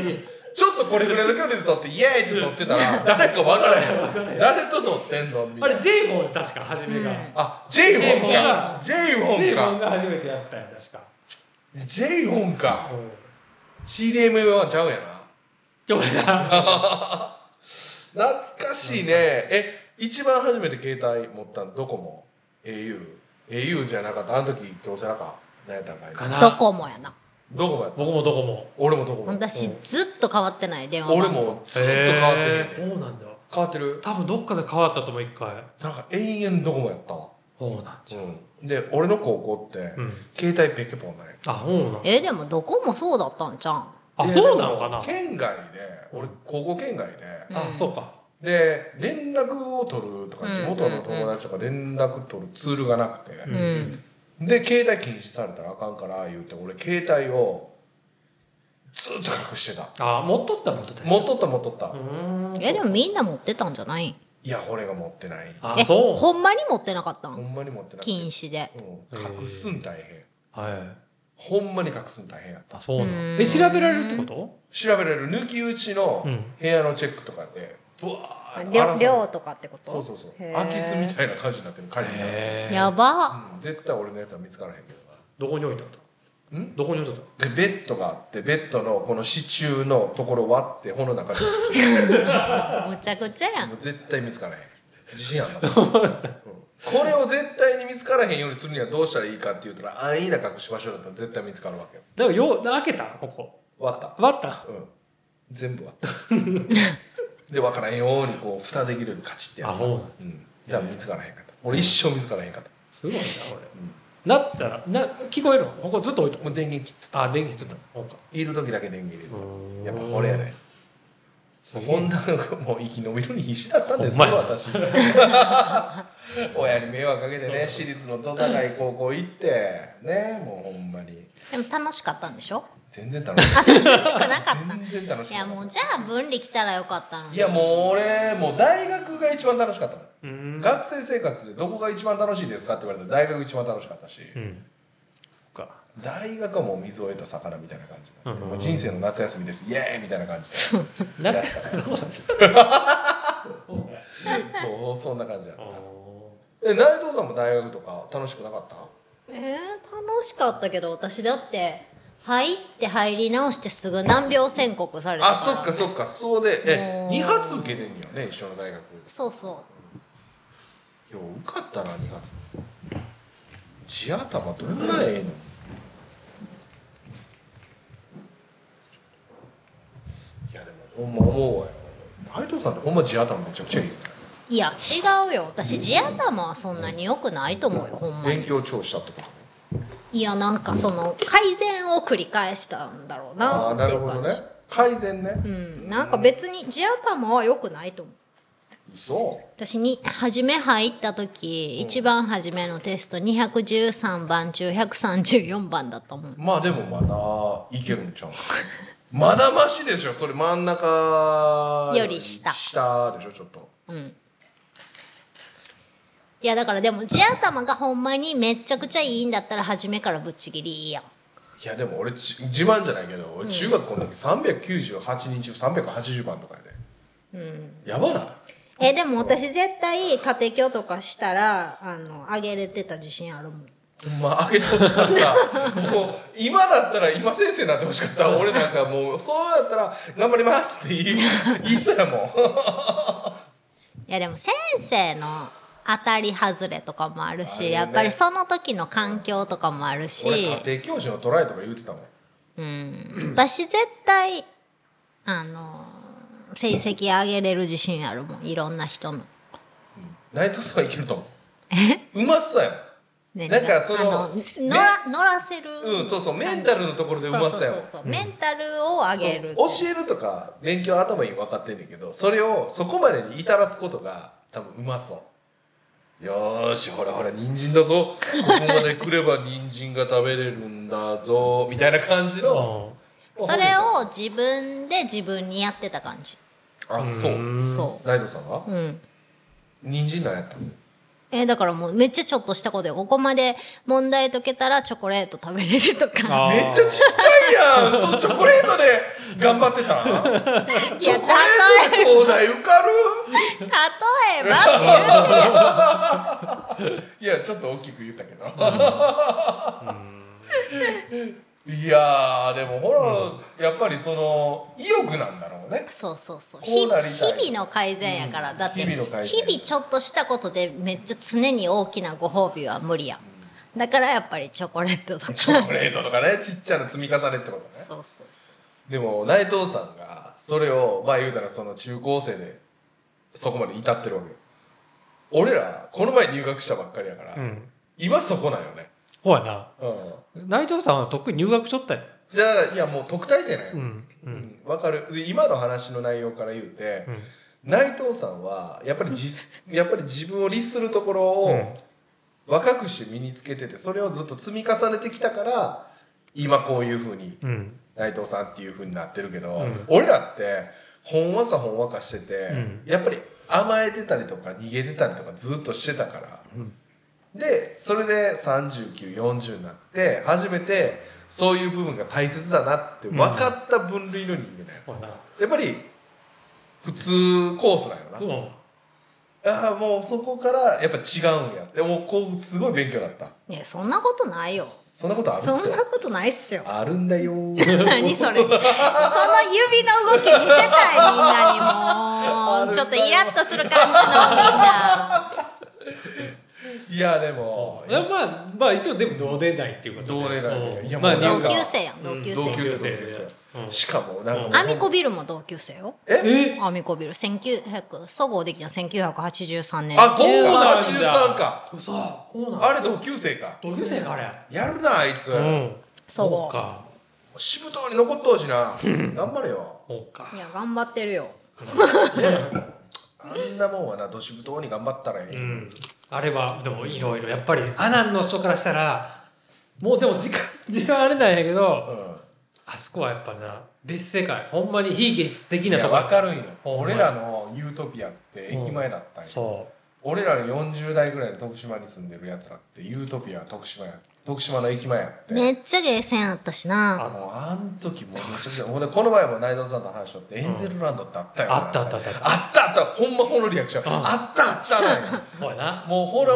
Speaker 1: る ちょっとこれぐらいの距離で撮ってイエーイって撮ってたら誰か分からへん誰と撮ってんのみた
Speaker 3: あ
Speaker 1: いな
Speaker 3: れ J フォン確か初めが、
Speaker 1: あジェイホンかジェイ
Speaker 3: J
Speaker 1: ホン
Speaker 3: フォン
Speaker 1: か
Speaker 3: が初めてやったよ確か、
Speaker 1: ジェイホンか
Speaker 3: うん、
Speaker 1: CDMA1 ちゃうや
Speaker 3: よかった
Speaker 1: な懐かしいねえ一番初めて携帯持ったのドコモ auau じゃなかったあの時京セラか何やったんかい
Speaker 3: かな
Speaker 2: どこもやな
Speaker 1: ドコモやった
Speaker 3: 僕もどこも
Speaker 1: 俺もドコモ
Speaker 2: 私ずっと変わってない電話番号
Speaker 1: 俺もずっと変わってるよね
Speaker 3: へーそうなんだ
Speaker 1: 変わってる
Speaker 3: 多分どっかで変わったと思う一回
Speaker 1: なんか永遠ドコモやったわ
Speaker 3: そうなんだ
Speaker 1: うん、で俺の高校って、
Speaker 3: うん
Speaker 1: 携帯ペケポンない
Speaker 3: あそうなんだ
Speaker 2: えでもどこもそうだったんじゃん
Speaker 3: あそうなのかなあ
Speaker 1: 県外で俺高校県外で、
Speaker 3: そうか
Speaker 1: で連絡を取るとか
Speaker 2: うん
Speaker 1: 地元の友達とか連絡取るツールがなくて、
Speaker 2: うん
Speaker 1: で携帯禁止されたらあかんから言うて俺携帯をずっと隠してた
Speaker 3: あ持っとったの持っとった
Speaker 1: 持っとった持っとった、
Speaker 3: うーん
Speaker 2: えでもみんな持ってたんじゃない
Speaker 1: いや俺が持ってない
Speaker 3: あ
Speaker 2: え
Speaker 3: そう
Speaker 2: ほんまに持ってなかった
Speaker 1: ほ
Speaker 2: ん
Speaker 1: んまに持ってなくて
Speaker 2: 禁止で
Speaker 1: うん、隠すん大変
Speaker 3: はい
Speaker 1: ほんまに隠すん大変やった
Speaker 3: あそうな
Speaker 2: うー
Speaker 3: の
Speaker 2: ん
Speaker 3: え調べられるってこと
Speaker 1: 調べられる抜き打ちの
Speaker 3: うん
Speaker 1: 部屋のチェックとかでブワーッと
Speaker 2: 量
Speaker 1: 争
Speaker 2: 量とかってこと
Speaker 1: そうそうそう
Speaker 2: へー
Speaker 1: 空き巣みたいな感じになってる鍵が、
Speaker 3: へ
Speaker 2: やば
Speaker 1: うん絶対俺のやつは見つからへんけどな
Speaker 3: どこに置いとった
Speaker 1: ん
Speaker 3: どこに置いとっ
Speaker 1: でベッドがあってベッドのこの支柱のところ割って本の中に
Speaker 2: むちゃくちゃやん
Speaker 1: もう絶対見つからへん自信あんな、うんこれを絶対に見つからへんようにするにはどうしたらいいかって言ったら安易な隠し場所だったら絶対見つかるわけよ
Speaker 3: たでもよう開けたここ
Speaker 1: 割った
Speaker 3: 割った
Speaker 1: うん全部割ったで分からへんようにこう蓋できるようにカチッてや
Speaker 3: あ
Speaker 1: る
Speaker 3: そうなん
Speaker 1: うんだから見つからへんかった俺一生見つからへんかった
Speaker 3: すごいな俺、なったらな聞こえるのここずっと置いと
Speaker 1: もう電源切って
Speaker 3: あ電気ついたほうか
Speaker 1: いる時だけ電源入
Speaker 3: うーん
Speaker 1: れるやっぱこれやねもうこんなのもう生き延びるに必死だったんです
Speaker 3: ほ
Speaker 1: よ
Speaker 3: んまや
Speaker 1: 私 親に迷惑かけてね私立のど高い高校行ってねもうほんまに
Speaker 2: でも楽しかったんでし ょ
Speaker 1: 全然楽しく
Speaker 2: 楽しくなかった
Speaker 1: 全然楽し
Speaker 2: い
Speaker 1: くな
Speaker 2: や
Speaker 1: か
Speaker 2: も
Speaker 1: っ
Speaker 2: うじゃあ分離来たらよかったの
Speaker 1: た
Speaker 2: に
Speaker 1: いやもう俺もう大学が一番楽しかったの
Speaker 3: うーん
Speaker 1: 学生生活でどこが一番楽しいですかって言われたら大学一番楽しかったし、
Speaker 3: うんそっか
Speaker 1: 大学はもう水を得た魚みたいな感じなんで、
Speaker 3: うん
Speaker 1: もう人生の夏休みですイエーイみたいな感じ
Speaker 3: な なるほど
Speaker 1: で もうそんな感じだ
Speaker 3: あ
Speaker 1: え内藤さんも大学とか楽しくなかった
Speaker 2: えー、楽しかったけど私だって入って入り直してすぐ難病宣告されたか
Speaker 1: あ
Speaker 2: ら
Speaker 1: そっかそっかそうでえ
Speaker 2: もう
Speaker 1: 二発受けてんよね一緒の大学
Speaker 2: そうそう
Speaker 1: 今日受かったな二発地頭どんなええのいやでもほんま思うわよ内藤さんってほんま地頭めちゃくちゃいいよ
Speaker 2: いや違うよ私地頭はそんなに良くないと思うよほんまに
Speaker 1: 勉強超したってことか
Speaker 2: いやなんかその改善を繰り返したんだろう
Speaker 1: あ
Speaker 2: な
Speaker 1: あ
Speaker 2: って
Speaker 1: ないる
Speaker 2: う
Speaker 1: ほど
Speaker 2: 感
Speaker 1: ね
Speaker 2: じ
Speaker 1: 改善ね
Speaker 2: うんなんか別に地頭は良くないと思う
Speaker 1: 嘘
Speaker 2: 私に初め入った時、一番初めのテスト213番中134番だったもん
Speaker 1: まあでもまだいけるんちゃうまだましでしょそれ真ん中
Speaker 2: より下
Speaker 1: 下でしょちょっと
Speaker 2: うんいやだからでも地頭がほんまにめっちゃくちゃいいんだったら初めからぶっちぎりいいやん
Speaker 1: いやでも俺ち自慢じゃないけど俺中学校の時398人中380番とかやで、うん、やばない
Speaker 2: えでも私絶対家庭教とかしたらあの上げれてた自信あるもん
Speaker 1: ほんまあげてほしかった もう今だったら今先生になってほしかった俺なんかもうそうやったら頑張りますって 言い言いそうやもん
Speaker 2: いやでも先生の当たり外れとかもあるし
Speaker 1: あるよね
Speaker 2: やっぱりその時の環境とかもあるし
Speaker 1: 俺家庭教師のトライとか言うてたもん
Speaker 2: うん私絶対あの成績上げれる自信あるもんいろんな人の
Speaker 1: 内藤さんはいけると思ううまそうやもん
Speaker 2: ね
Speaker 1: なんかその
Speaker 2: あの
Speaker 1: ね
Speaker 2: 乗ら乗らせる、
Speaker 1: うん、そうそう、メンタルのところでうまそうやもん。
Speaker 2: そうそうそうそうメンタルを上げる
Speaker 1: 教えるとか、勉強頭に分かってんだけど、それをそこまでに至らすことが、多分うまそう。よーし、ほらほら、人参だぞ。ここまで来れば人参が食べれるんだぞ、みたいな感じの。
Speaker 2: それを自分で自分にやってた感じ、
Speaker 1: あ、そう。
Speaker 2: そ
Speaker 1: 大藤さんが
Speaker 2: ううん
Speaker 1: 人参なんやったの
Speaker 2: えーだからもうめっちゃちょっとしたことよここまで問題解けたらチョコレート食べれるとか
Speaker 3: あー
Speaker 1: めっちゃちっちゃいやんそのチョコレートで頑張って たチョコレートで東大受かる
Speaker 2: 例えばって言 うてるやん
Speaker 1: いやちょっと大きく言ったけどいやーでもほら、やっぱりその意欲なんだろうね
Speaker 2: そうそうそう
Speaker 1: こう
Speaker 2: 日
Speaker 1: な
Speaker 2: 々
Speaker 1: りたい
Speaker 2: 日々の改善やから、だって
Speaker 1: 日
Speaker 2: 日
Speaker 1: 々の
Speaker 2: 々
Speaker 1: 改善
Speaker 2: ちょっとしたことでめっちゃ常に大きなご褒美は無理やん、だからやっぱりチョコレートとか
Speaker 1: チョコレートとかねちっちゃな積み重ねってことね
Speaker 2: そうそう
Speaker 1: でも内藤さんがそれをまあ言うたらその中高生でそこまで至ってるわけよ俺らこの前入学したばっかりやから、
Speaker 3: うん
Speaker 1: 今そこなんよね
Speaker 3: ほうやな
Speaker 1: うん
Speaker 3: 内藤さんはとっくに入学しとったよ
Speaker 1: だからいやもう特待生なんよ、
Speaker 3: うんう
Speaker 1: うんんわかるで今の話の内容から言うて、
Speaker 3: うん
Speaker 1: 内藤さんはやっぱり じやっぱり自分を律するところを若くして身につけててそれをずっと積み重ねてきたから今こういうふうに
Speaker 3: うん
Speaker 1: 内藤さんっていうふうになってるけど、
Speaker 3: うん
Speaker 1: 俺らってほんわかほんわかしてて、
Speaker 3: ん
Speaker 1: やっぱり甘えてたりとか逃げてたりとかずっとしてたから、
Speaker 3: ん
Speaker 1: でそれで3940になって初めてそういう部分が大切だなって分かった分類の人間だよ。
Speaker 3: ほうや
Speaker 1: や
Speaker 3: な
Speaker 1: っぱり普通コースなんよな、
Speaker 3: うん
Speaker 1: ああもうそこからやっぱ違うんやってもうこうすごい勉強になった
Speaker 2: いやそんなことないよ
Speaker 1: そんなことあるっ
Speaker 2: そ
Speaker 1: す
Speaker 2: ん
Speaker 1: よ
Speaker 2: なことないっすよ
Speaker 1: あるんだよ
Speaker 2: 何それその指の動き見せたいみんなにもうちょっとイラッとする感じのみんない
Speaker 1: やでも
Speaker 3: いやまあまあ一応でも同年代っていうこと
Speaker 1: 同年代
Speaker 3: うん
Speaker 1: いや
Speaker 3: まあ
Speaker 1: もう
Speaker 2: 同
Speaker 1: なん
Speaker 3: 入
Speaker 1: か
Speaker 3: 学
Speaker 2: 級生やん同級
Speaker 1: 同級生
Speaker 2: 生
Speaker 1: 同級生、しかもなんかもう
Speaker 2: アミコビルも同級生よ
Speaker 1: え
Speaker 2: アミコビル1900そごうできたの1983年
Speaker 1: あそう
Speaker 3: 15
Speaker 1: か
Speaker 3: なんだ
Speaker 1: 83か
Speaker 3: 嘘そうなん
Speaker 1: あれ同級生か
Speaker 3: 同級生かあれ
Speaker 1: やるなあいつ、
Speaker 3: うん
Speaker 2: そう
Speaker 3: そうか
Speaker 1: しぶとうに残っとうしな頑張れよ
Speaker 3: そうか
Speaker 2: いや頑張ってるよ
Speaker 1: あんなもんはなどしぶとうに頑張ったらいい、
Speaker 3: うんあれはでもいろいろやっぱりアナンの人からしたらもうでも時間時間あれなんやけどあそこはやっぱな別世界ほんまに非現実的
Speaker 1: い
Speaker 3: な
Speaker 1: や
Speaker 3: とこ
Speaker 1: 分かるんよ
Speaker 3: ほんま
Speaker 1: 俺らのユートピアって駅前だったんよ
Speaker 3: そ
Speaker 1: 俺らの40代ぐらいの徳島に住んでるやつらってユートピア徳島や徳島の駅前やって、
Speaker 2: めっちゃゲーセンあったしな
Speaker 1: あのあん時もうめちゃくちゃほんでこの前も内藤さんと話しとってエンゼルランドってあったよな、
Speaker 3: うんあったあったあった
Speaker 1: あったあったほんまこのリアクション、あったあったなんよ
Speaker 3: うほらな
Speaker 1: もうほら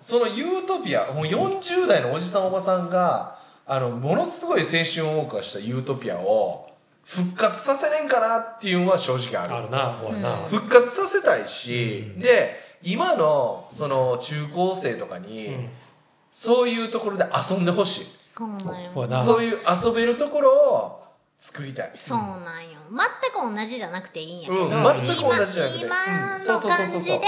Speaker 1: そのユートピアもう40代のおじさんおばさんがあのものすごい青春を謳歌したユートピアを復活させねんかなっていうのは正直ある
Speaker 3: あるなほらな
Speaker 1: 復活させたいし、で今のその中高生とかに、
Speaker 3: ん
Speaker 1: そういうところで遊んでほしい
Speaker 2: そうなんよ
Speaker 3: ほらな
Speaker 1: そういう遊べるところを作りたい
Speaker 2: そうなんよ全く同じじゃなくていいんやけど、
Speaker 1: うん
Speaker 2: 今
Speaker 1: 全く同じじゃなくてうん
Speaker 2: 今
Speaker 1: そう
Speaker 2: の
Speaker 1: そうそうそう
Speaker 2: 感じで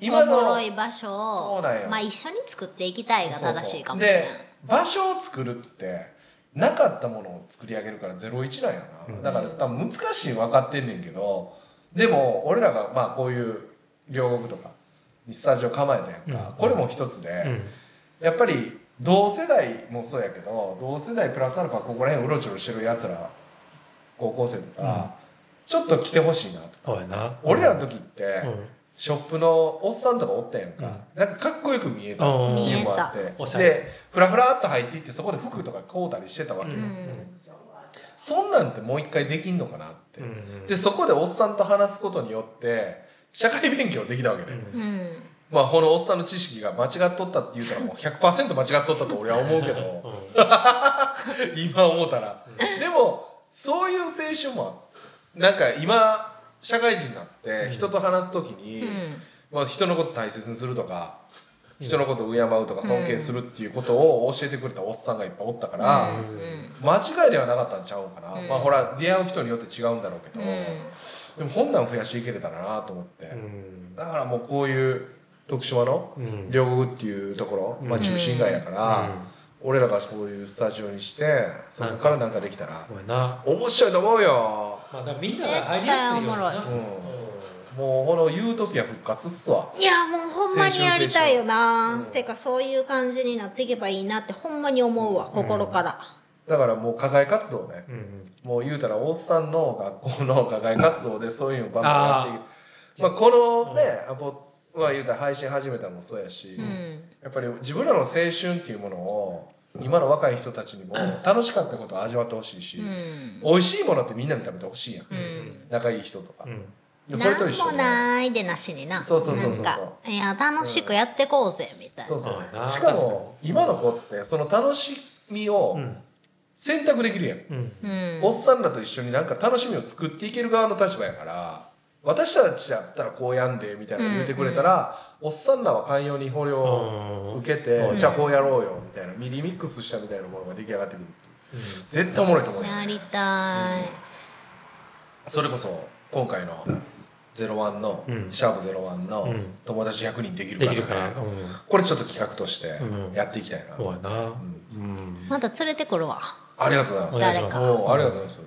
Speaker 1: 今
Speaker 2: お
Speaker 1: の
Speaker 2: もろい場所
Speaker 1: そう
Speaker 2: を
Speaker 1: なんよ
Speaker 2: まあ一緒に作っていきたいが正しいかもし
Speaker 1: そ
Speaker 2: れ
Speaker 1: うそうで場所を作るってなかったものを作り上げるから01なんやな、だから多分難しい分かってんねんけどでも俺らがまあこういう両国とかにスタジオ構えたやんか、これも一つで、
Speaker 3: うん
Speaker 1: やっぱり同世代もそうやけど同世代プラスアルファここら辺うろちょろしてるやつら高校生とか、ちょっと来てほしいなと
Speaker 3: ほらな
Speaker 1: 俺らの時って、
Speaker 3: うん
Speaker 1: ショップのおっさんとかおったやんか、なんかかっこよく見えた
Speaker 3: うん
Speaker 1: っていうのもあっ
Speaker 3: 見えたおしてゃれ
Speaker 1: でフラフラっと入っていってそこで服とか買うたりしてたわけよ、
Speaker 2: ない、うん、
Speaker 1: そんなんってもう一回できんのかなって、
Speaker 3: うんうん
Speaker 1: でそこでおっさんと話すことによって社会勉強できたわけで、
Speaker 2: うん、
Speaker 1: まあこのおっさんの知識が間違っとったって言うたらもう100%間違っとったと俺は思うけ
Speaker 3: う
Speaker 1: ど
Speaker 3: ん
Speaker 1: 今思ったら、でもそういう青春もあなんか今社会人になって人と話す時に、
Speaker 2: ん
Speaker 1: まあ、人のこと大切にするとか人のことを敬うとか尊敬するっていうことを教えてくれたおっさんがいっぱいおったから、間違いではなかったんちゃうかな、まあほら出会う人によって違うんだろうけど、でも本なん増やしていけれたらなと思って。
Speaker 3: うん
Speaker 1: だからもうこういう徳島の
Speaker 3: ん
Speaker 1: 両国っていうところ、まあ、中心街やから、俺らがそういうスタジオにしてそこからなんかできたら
Speaker 3: ほらな
Speaker 1: 面白いと思うよ、
Speaker 3: まあだからみんなが入りやすいようにな
Speaker 2: 絶対お
Speaker 1: うん、もうこのユートピア復活っすわ
Speaker 2: いやもうほんまにやりたいよなてかそういう感じになっていけばいいなってほんまに思うわ心から、
Speaker 1: だからもう課外活動ね、
Speaker 3: うんうん
Speaker 1: もう言うたらおっさんの学校の課外活 動でそういうのバンバンやっていくまあ、このね、アポまあ言うたら配信始めたのもそうやし、
Speaker 2: ん
Speaker 1: やっぱり自分らの青春っていうものを今の若い人たちにも楽しかったことを味わってほしいし、
Speaker 2: うん
Speaker 1: 美味しいものってみんなに食べてほしいやん、仲いい人とか、でこれと
Speaker 2: なん
Speaker 1: 一緒
Speaker 2: も
Speaker 1: で
Speaker 2: ないでなしにな
Speaker 1: そうそうそうそうそう
Speaker 2: なんかいや楽しくやってこうぜみたいな、
Speaker 1: そう
Speaker 3: ああ
Speaker 1: そ
Speaker 3: なあ
Speaker 1: うしか
Speaker 3: 確か
Speaker 1: も今の子ってその楽しみを選択できるやん、
Speaker 3: うん
Speaker 2: うん
Speaker 1: おっさんらと一緒になんか楽しみを作っていける側の立場やから私たちだったらこうやんでみたいなの言ってくれたら、おっさんらは寛容に捕虜を受けて、じゃあこうやろうよみたいなミリミックスしたみたいなものが出来上がってくる、絶対おもろいと思うよ
Speaker 2: やりたい、
Speaker 1: それこそ今回の「ゼロワンの、シャープゼロワンの
Speaker 3: ん
Speaker 1: 友達100人できる
Speaker 3: で
Speaker 1: か
Speaker 3: き
Speaker 1: と
Speaker 3: るか
Speaker 1: からら、
Speaker 3: うん
Speaker 1: これちょっと企画として
Speaker 3: うん
Speaker 1: やっていきたいな、
Speaker 3: そうやなうん
Speaker 2: また連れてくるわ
Speaker 1: ありがとうございます
Speaker 2: お願いします
Speaker 1: おうありがとうございま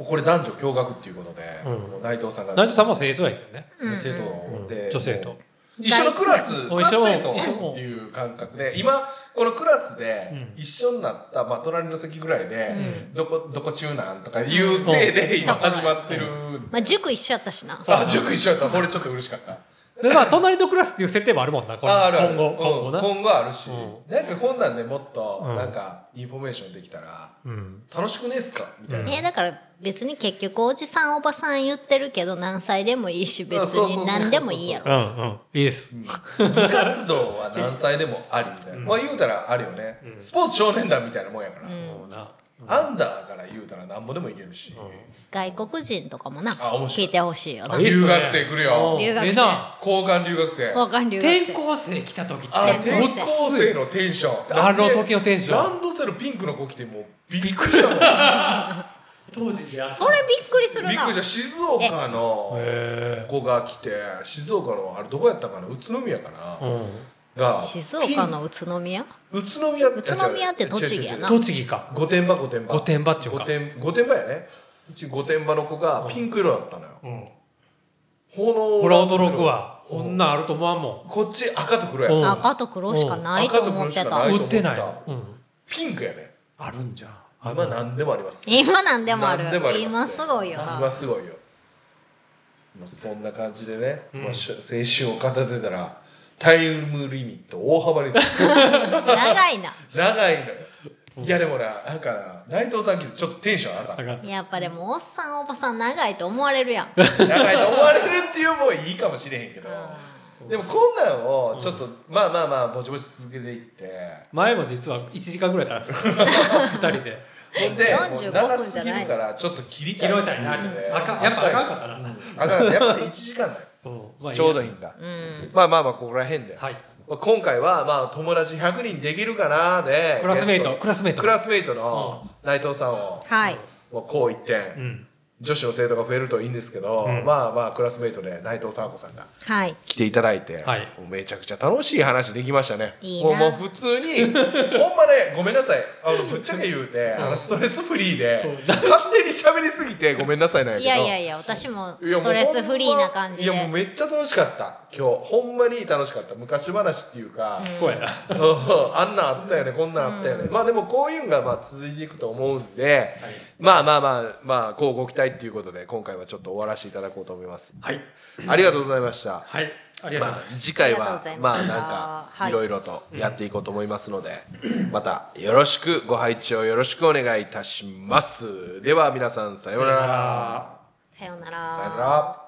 Speaker 1: すこれ男女共学っていうことで、
Speaker 3: うん
Speaker 1: もう内藤さんが
Speaker 3: 内藤さんも生徒やけどね
Speaker 1: 生徒で、
Speaker 3: うん女性と
Speaker 1: もう一緒のクラスク
Speaker 3: お
Speaker 1: ラ
Speaker 3: 一
Speaker 1: ス
Speaker 3: 緒
Speaker 1: メート
Speaker 3: お一緒
Speaker 1: っていう感覚で今このクラスで一緒になった、まあ、隣の席ぐらいで、どこどこ中なんとかいう体で今始まってるんで
Speaker 2: まあ、塾一緒やったしな
Speaker 1: あ塾一緒やった俺ちょっと嬉しかった
Speaker 3: でまあ隣と暮らすっていう設定もあるもんなこれ
Speaker 1: ああるある
Speaker 3: 今後
Speaker 1: うん
Speaker 3: 今後な
Speaker 1: 今後あるし、
Speaker 3: う
Speaker 1: なんかこんなんでもっと
Speaker 3: うん
Speaker 1: なんかインフォメーションできたら
Speaker 3: うん
Speaker 1: 楽しくねえっすかみたいな、
Speaker 2: えだから別に結局おじさんおばさん言ってるけど何歳でもいいし別
Speaker 1: あそうそうそう
Speaker 2: に
Speaker 1: そう
Speaker 2: 何でもいいやろ
Speaker 3: うんうんいいです
Speaker 1: 部活動は何歳でもありみたいな、まあ言うたらあるよね、スポーツ少年団みたいなもんやから、
Speaker 3: もうな
Speaker 1: アンダーから言うたらなんぼでもいけるし、
Speaker 2: 外国人とかもな
Speaker 1: あ面白
Speaker 2: 聞
Speaker 1: い
Speaker 2: いてほしいよな
Speaker 3: あいいっす
Speaker 1: 留
Speaker 3: ね
Speaker 1: 学生来るよ
Speaker 3: うん
Speaker 2: 留学生
Speaker 3: ええな
Speaker 1: 交換留学生
Speaker 2: わかん留学
Speaker 3: 転
Speaker 2: 生
Speaker 3: 校生来た時って
Speaker 1: あ
Speaker 2: 転
Speaker 1: 転
Speaker 2: 校生
Speaker 1: 校生のテンション
Speaker 3: あの時のテンション
Speaker 1: ランドセルピンクの子来てもうびっくりしたもんびっ
Speaker 3: 当時であ
Speaker 2: それびっくり するな
Speaker 1: くりした静岡の
Speaker 3: へ
Speaker 1: 子が来て静岡のあれどこやったかな宇都宮か
Speaker 3: う
Speaker 1: な、
Speaker 3: ん
Speaker 1: が
Speaker 2: 静岡の宇都宮
Speaker 1: ピン宇都宮
Speaker 2: 宇都宮って栃木やな
Speaker 3: 栃木か
Speaker 1: 御殿場御殿場
Speaker 3: 御殿場っちゅうか
Speaker 1: 御殿御殿場やねうち御殿場の子がピンク色だったのよ、
Speaker 3: うん
Speaker 1: こ
Speaker 3: ほら驚くわ
Speaker 1: う
Speaker 3: こ
Speaker 1: ん
Speaker 3: んなんあると思わんもん
Speaker 1: こっち赤と黒や、
Speaker 3: うん
Speaker 2: 赤と黒しかないと思って
Speaker 1: うん赤と黒しかな
Speaker 2: た
Speaker 1: い
Speaker 3: 売ってない
Speaker 1: と思っ
Speaker 3: うん
Speaker 1: ピンクやね
Speaker 3: あるんじゃんあ
Speaker 1: 今何でもあります
Speaker 2: 今なんでもある
Speaker 1: 何でもありま
Speaker 2: 今
Speaker 1: す
Speaker 2: すごいよな
Speaker 1: 今すごいよまあそんな感じでね、まあ、しゅ青春を片手たらタイムリミット大幅にする
Speaker 2: 長いな
Speaker 1: 長いのよいやでもななんかな内藤さん来てちょっとテンション上がった
Speaker 3: 上がった
Speaker 2: やっぱでもおっさんおばさん長いと思われるやん
Speaker 1: 長いと思われるっていうもういいかもしれへんけどでもこんなんをちょっと、まあまあまあぼちぼち続けていって
Speaker 3: 前も実は1時間ぐら いたんですよ二人で
Speaker 1: ほんで
Speaker 2: 45
Speaker 1: もう長すぎるからちょっと切り
Speaker 3: 拾
Speaker 1: た
Speaker 3: い
Speaker 1: い
Speaker 3: たいなあかんやっぱあかんかったな
Speaker 1: あかんやっぱり1時間だよ
Speaker 3: うんまあ
Speaker 1: ちょうど
Speaker 3: い
Speaker 1: い
Speaker 3: い
Speaker 1: いんだ
Speaker 2: うん
Speaker 1: まあまあまあここら辺で、
Speaker 3: やはい
Speaker 1: まあ今回はまあ友達100人できるかなで
Speaker 3: クラスメイ
Speaker 1: ゲ
Speaker 3: ト
Speaker 1: ス
Speaker 3: クラスメイト
Speaker 1: クラスメイトの内藤さんを
Speaker 2: はい
Speaker 1: もうこう一
Speaker 3: う
Speaker 1: 点
Speaker 3: ん
Speaker 1: 女子の生徒が増えるといいんですけど、
Speaker 3: うん
Speaker 1: まあまあクラスメイトで内藤佐和子さんが
Speaker 2: はい
Speaker 1: 来ていただいて、
Speaker 3: はい
Speaker 1: もうめちゃくちゃ楽しい話できましたね
Speaker 2: いい
Speaker 1: もう
Speaker 2: な
Speaker 1: もう普通 にほんまねごめんなさいあのぶっちゃけ言うて、あのストレスフリーで勝手に喋りすぎてごめんなさいなんやけ
Speaker 2: い
Speaker 1: ど
Speaker 2: やいやいや私も
Speaker 1: いや
Speaker 2: ストレスフリーな感じで
Speaker 1: いやもうめっちゃ楽しかった今日ほんまに楽しかった昔話っていうか、
Speaker 3: こうやな
Speaker 1: うんあんなんあったよねこんなんあったよね、まあでもこういうのがまあ続いていくと思うんで、まあまあまあまあこうご期待っていうことで今回はちょっと終わらせていただこうと思います、
Speaker 3: はい
Speaker 1: ありがとうございました、
Speaker 3: はいありがと
Speaker 1: ま
Speaker 3: うございま
Speaker 1: あ
Speaker 3: す、
Speaker 1: 次回
Speaker 2: あ
Speaker 1: は
Speaker 2: りがとう
Speaker 1: まあ
Speaker 2: ございました
Speaker 1: なん
Speaker 2: は
Speaker 1: か
Speaker 2: い
Speaker 1: いろいろとやっていこうと思いますので、またよろしくご配置をよろしくお願いいたしますでは皆さんさようなら
Speaker 2: さような
Speaker 1: さようなら